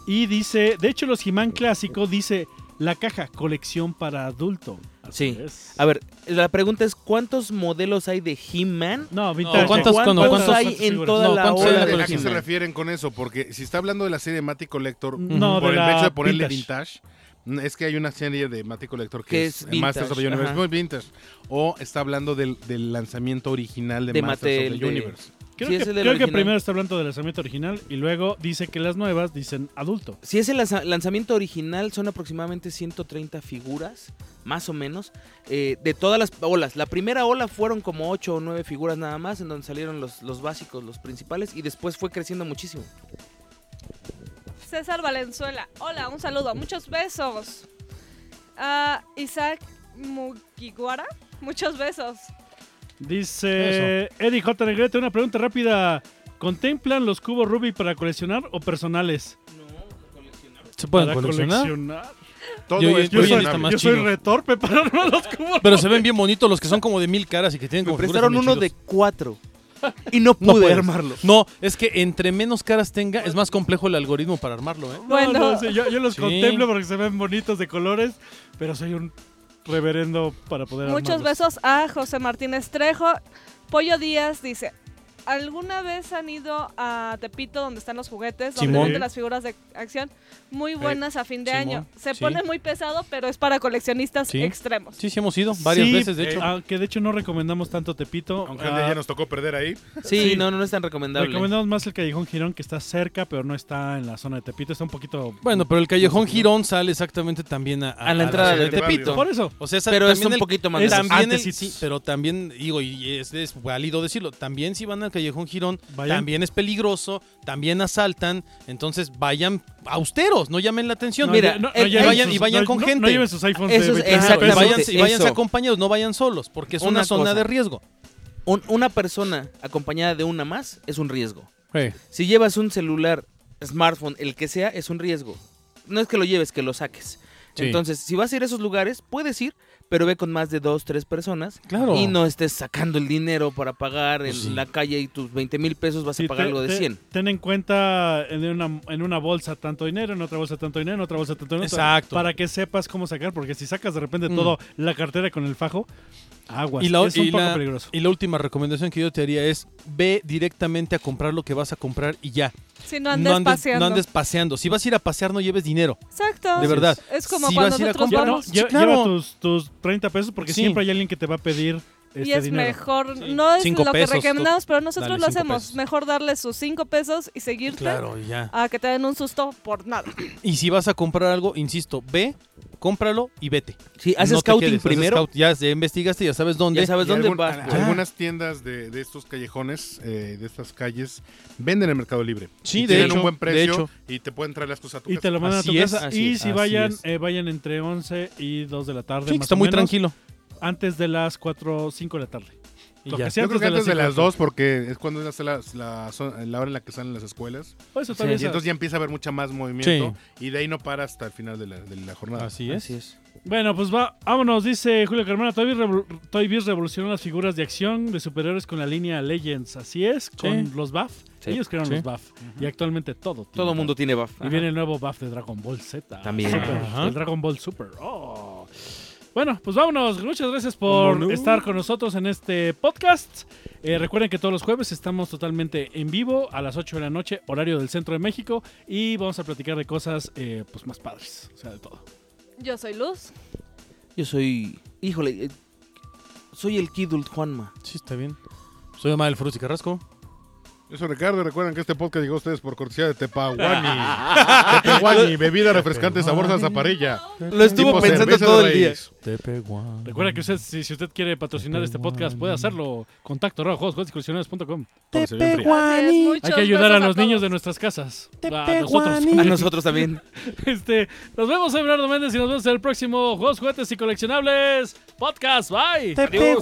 B: Y dice, de hecho, los He-Man clásico dice la caja colección para adulto.
C: Sí. A ver, la pregunta es: ¿cuántos modelos hay de He-Man?
B: No, vintage.
F: No, ¿cuántos-
C: ¿Cuántos,
F: no, cuántos-
C: hay
B: cuántas
C: en
B: figuras?
C: toda
F: No,
C: la
F: ¿cuántos
E: O
F: hay
E: sea,
C: obra de
F: en la
E: ¿A qué se
F: colección?
C: He-Man?
E: refieren con eso? Porque si está hablando de la serie Matic Collector,
B: No,
E: por
B: de
E: el
B: la
E: hecho de ponerle
B: vintage.
E: vintage. es que hay una serie de Matic Collector
C: Que
E: que es,
C: es
E: eh, Masters of the
C: vintage,
E: Universe,
C: ajá.
E: muy vintage. O está hablando del, del lanzamiento original de,
C: De
E: Masters
C: Mattel,
E: of the
C: de-
E: Universe.
B: Creo,
C: Sí,
B: que,
C: es el del
B: creo que
C: original.
B: primero está hablando del lanzamiento original y luego dice que las nuevas dicen adulto.
C: Si es el lanza- lanzamiento original, son aproximadamente 130 figuras, más o menos, eh, de todas las olas. La primera ola fueron como 8 o 9 figuras nada más, en donde salieron los, los básicos, los principales, y después fue creciendo muchísimo.
D: César Valenzuela, hola, un saludo, muchos besos. Ah, Isaac Mugiguara, muchos besos.
B: Dice Eddie J. Negrete, una pregunta rápida. ¿Contemplan los cubos Ruby para coleccionar o personales?
F: ¿Se pueden
B: para
F: coleccionar?
B: coleccionar.
E: Todo
F: Yo- yo-
E: es
F: yo-
B: Yo, soy,
F: está
E: coleccionable.
F: más
B: yo soy
F: chido.
B: retorpe para armar los cubos.
F: Pero se ven bien bonitos los que son como de mil caras y que tienen
C: Me
F: como figuras
C: prestaron
F: bien
C: uno de
F: chidos.
C: 4 y no
F: No
C: pude
F: puedes.
C: armarlo.
F: No, es que entre menos caras tenga, es más complejo el algoritmo para armarlo, ¿eh?
B: No,
D: Bueno.
B: no, sí, yo, yo los
F: Sí.
B: contemplo porque se ven bonitos de colores, pero soy un reverendo para poder
D: Muchos
B: armarlos.
D: besos a José Martínez Trejo. Pollo Díaz dice, ¿alguna vez han ido a Tepito donde están los juguetes, donde
F: Simón. Eh,
D: venden las figuras de acción? Muy buenas a fin de
F: Simón,
D: año. Se
F: sí.
D: pone muy pesado, pero es para coleccionistas
F: Sí.
D: extremos.
F: Sí, sí hemos ido varias
B: Sí,
F: veces, de
B: eh,
F: hecho.
B: aunque de hecho no recomendamos tanto Tepito.
E: Aunque
B: Ah,
E: ya nos tocó perder ahí.
C: Sí,
B: Sí.
C: No, no, no es tan recomendable.
B: recomendamos más el Callejón Girón que está cerca, pero no está en la zona de Tepito. Está un poquito...
F: Bueno, pero el callejón Girón sale exactamente también a,
C: A la entrada
E: de
F: de Tepito.
E: Tepito.
B: Por eso.
F: O sea, esa-
C: Pero es
F: también
C: un
F: el-
C: poquito más...
B: es-
C: lejos.
F: También el-
B: Antecitos.
F: sí, pero también, digo, y es, es válido decirlo, también si van al Callejón Girón,
B: Vayan.
F: también es peligroso, también asaltan, entonces vayan austeros, no llamen la atención.
B: No,
C: mira,
B: no, no
C: eh,
B: lleven
C: y vayan-
B: sus-
F: y vayan
B: no-
F: con
B: no- No
F: gente.
B: lleven sus iPhones
C: Eso es-
B: de 20
F: Ajá,
B: pesos.
F: y
C: exactamente.
F: váyanse, y váyanse
C: eso.
F: acompañados, no vayan solos, porque es una,
C: Una
F: zona
C: cosa.
F: de riesgo.
C: Un- una persona acompañada de una más es un riesgo. Si llevas un celular, smartphone, el que sea, es un riesgo. No es que lo lleves, que lo saques.
F: Sí.
C: Entonces, si vas a ir a esos lugares, puedes ir, pero ve con más de dos, tres personas.
F: Claro.
C: Y no estés sacando el dinero para pagar en
F: Pues sí.
C: la calle y tus 20 mil pesos vas
B: Sí,
C: a pagar
B: te-
C: algo de
B: te-
C: 100.
B: Ten en cuenta en una, en una bolsa tanto dinero, en otra bolsa tanto dinero, en otra bolsa tanto dinero.
F: Exacto.
B: Para que sepas cómo sacar, porque si sacas de repente
F: Mm.
B: todo la cartera con el fajo, aguas.
F: Y la,
B: Pues, es un
F: y
B: poco
F: la-
B: peligroso.
F: y la última recomendación que yo te haría es ve directamente a comprar lo que vas a comprar y ya.
D: Si no andes, paseando.
F: no andes paseando. Si vas a ir a pasear, no lleves dinero.
D: Exacto.
F: De verdad.
D: Es como
F: Si
D: cuando
F: vas a ir a
D: nosotros
B: Lleva-
F: comprar-
D: vamos.
B: lle-
F: Sí, claro.
B: Lleva tus, tus 30 pesos porque
F: Sí.
B: siempre hay alguien que te va a pedir este
D: Y es
B: dinero.
D: mejor,
F: Sí.
D: no es
F: Cinco
D: lo que
F: pesos,
D: recomendamos, pero nosotros
F: dale
D: lo
F: cinco
D: hacemos.
F: pesos.
D: Mejor darle sus cinco pesos y seguirte
F: Claro, y ya.
D: a que te den un susto por nada.
F: Y si vas a comprar algo, insisto, ve, cómpralo y vete.
C: Sí, haces
F: No te
C: scouting
F: quedes, haces
C: primero.
F: scout, ya se investigaste, ya sabes dónde. pues?
C: Ya sabes
E: Y
C: dónde
E: algún-
C: vas.
E: a-
C: Ya.
E: Algunas tiendas de, de estos callejones, eh, de estas calles, venden en Mercado Libre.
F: Sí,
E: Y
F: de
E: tienen
F: hecho,
E: un buen
F: de
E: precio
F: hecho.
E: y te pueden traer las cosas a tu
B: Y te
E: casa.
B: lo mandan a tu
F: Así es,
B: casa.
F: así
B: Y
F: es,
B: si
F: así
B: vayan,
F: es.
B: eh, vayan entre 11 y 2 de la tarde.
F: Sí, que
B: más
F: está
B: o
F: muy
B: menos,
F: tranquilo.
B: Antes de las 4 5 de la tarde.
F: Y
B: Lo
F: ya.
B: que sea
E: Yo creo que antes de las
B: cinco.
E: dos, porque es cuando es la, la zona- la hora en la que salen las escuelas.
B: Por eso todavía
E: Y
B: esa-
E: entonces ya empieza a haber mucha más movimiento. Y de ahí no para hasta el final de la, de la jornada.
F: Así es.
C: Así es.
B: Bueno, pues va, vámonos, dice Julio Carmona. Toy Biz revol- Toy Biz revolucionó las figuras de acción de superhéroes con la línea Legends. Así es, con
F: Sí.
B: los BAF.
C: Sí.
B: Ellos crearon
F: Sí.
B: los BAF. Y actualmente todo. tiene
C: Todo
B: BAF.
C: mundo tiene buff.
B: Y viene el nuevo BAF de Dragon Ball Z.
C: También.
B: Super,
F: Ajá.
B: el Dragon Ball Super. Oh. Bueno, pues vámonos. Muchas gracias por
F: Vámonos.
B: estar con nosotros en este podcast. Eh, recuerden que todos los jueves estamos totalmente en vivo a las 8 de la noche, horario del centro de México. Y vamos a platicar de cosas eh, pues más padres. O sea, de todo.
D: Yo soy Luz.
C: Yo soy. Híjole, eh, soy el Kidult Juanma.
F: Sí, está bien. Soy Omar el Frutti Carrasco.
E: Yo soy Ricardo y recuerden que este podcast llegó a ustedes por cortesía de Tepahuani. Tepahuani, bebida refrescante sabor salsa parrilla.
C: Lo estuvo
E: Tipo
C: pensando
E: cerveza
C: todo
E: de
C: el día.
E: raíz.
B: Recuerda que usted, si, si usted quiere patrocinar este podcast, puede hacerlo. Contacto arroba juegosjuegosdiscrecionales.com.
E: Cuando se bien fría.
D: Así es, muchos
B: Hay que ayudar a
D: besos
B: los
D: todos.
B: niños de nuestras casas. A nosotros.
C: A nosotros también.
B: Este, nos vemos, soy Bernardo Méndez, y nos vemos en el próximo Juegos, Juguetes y Coleccionables Podcast. Bye. Adiós.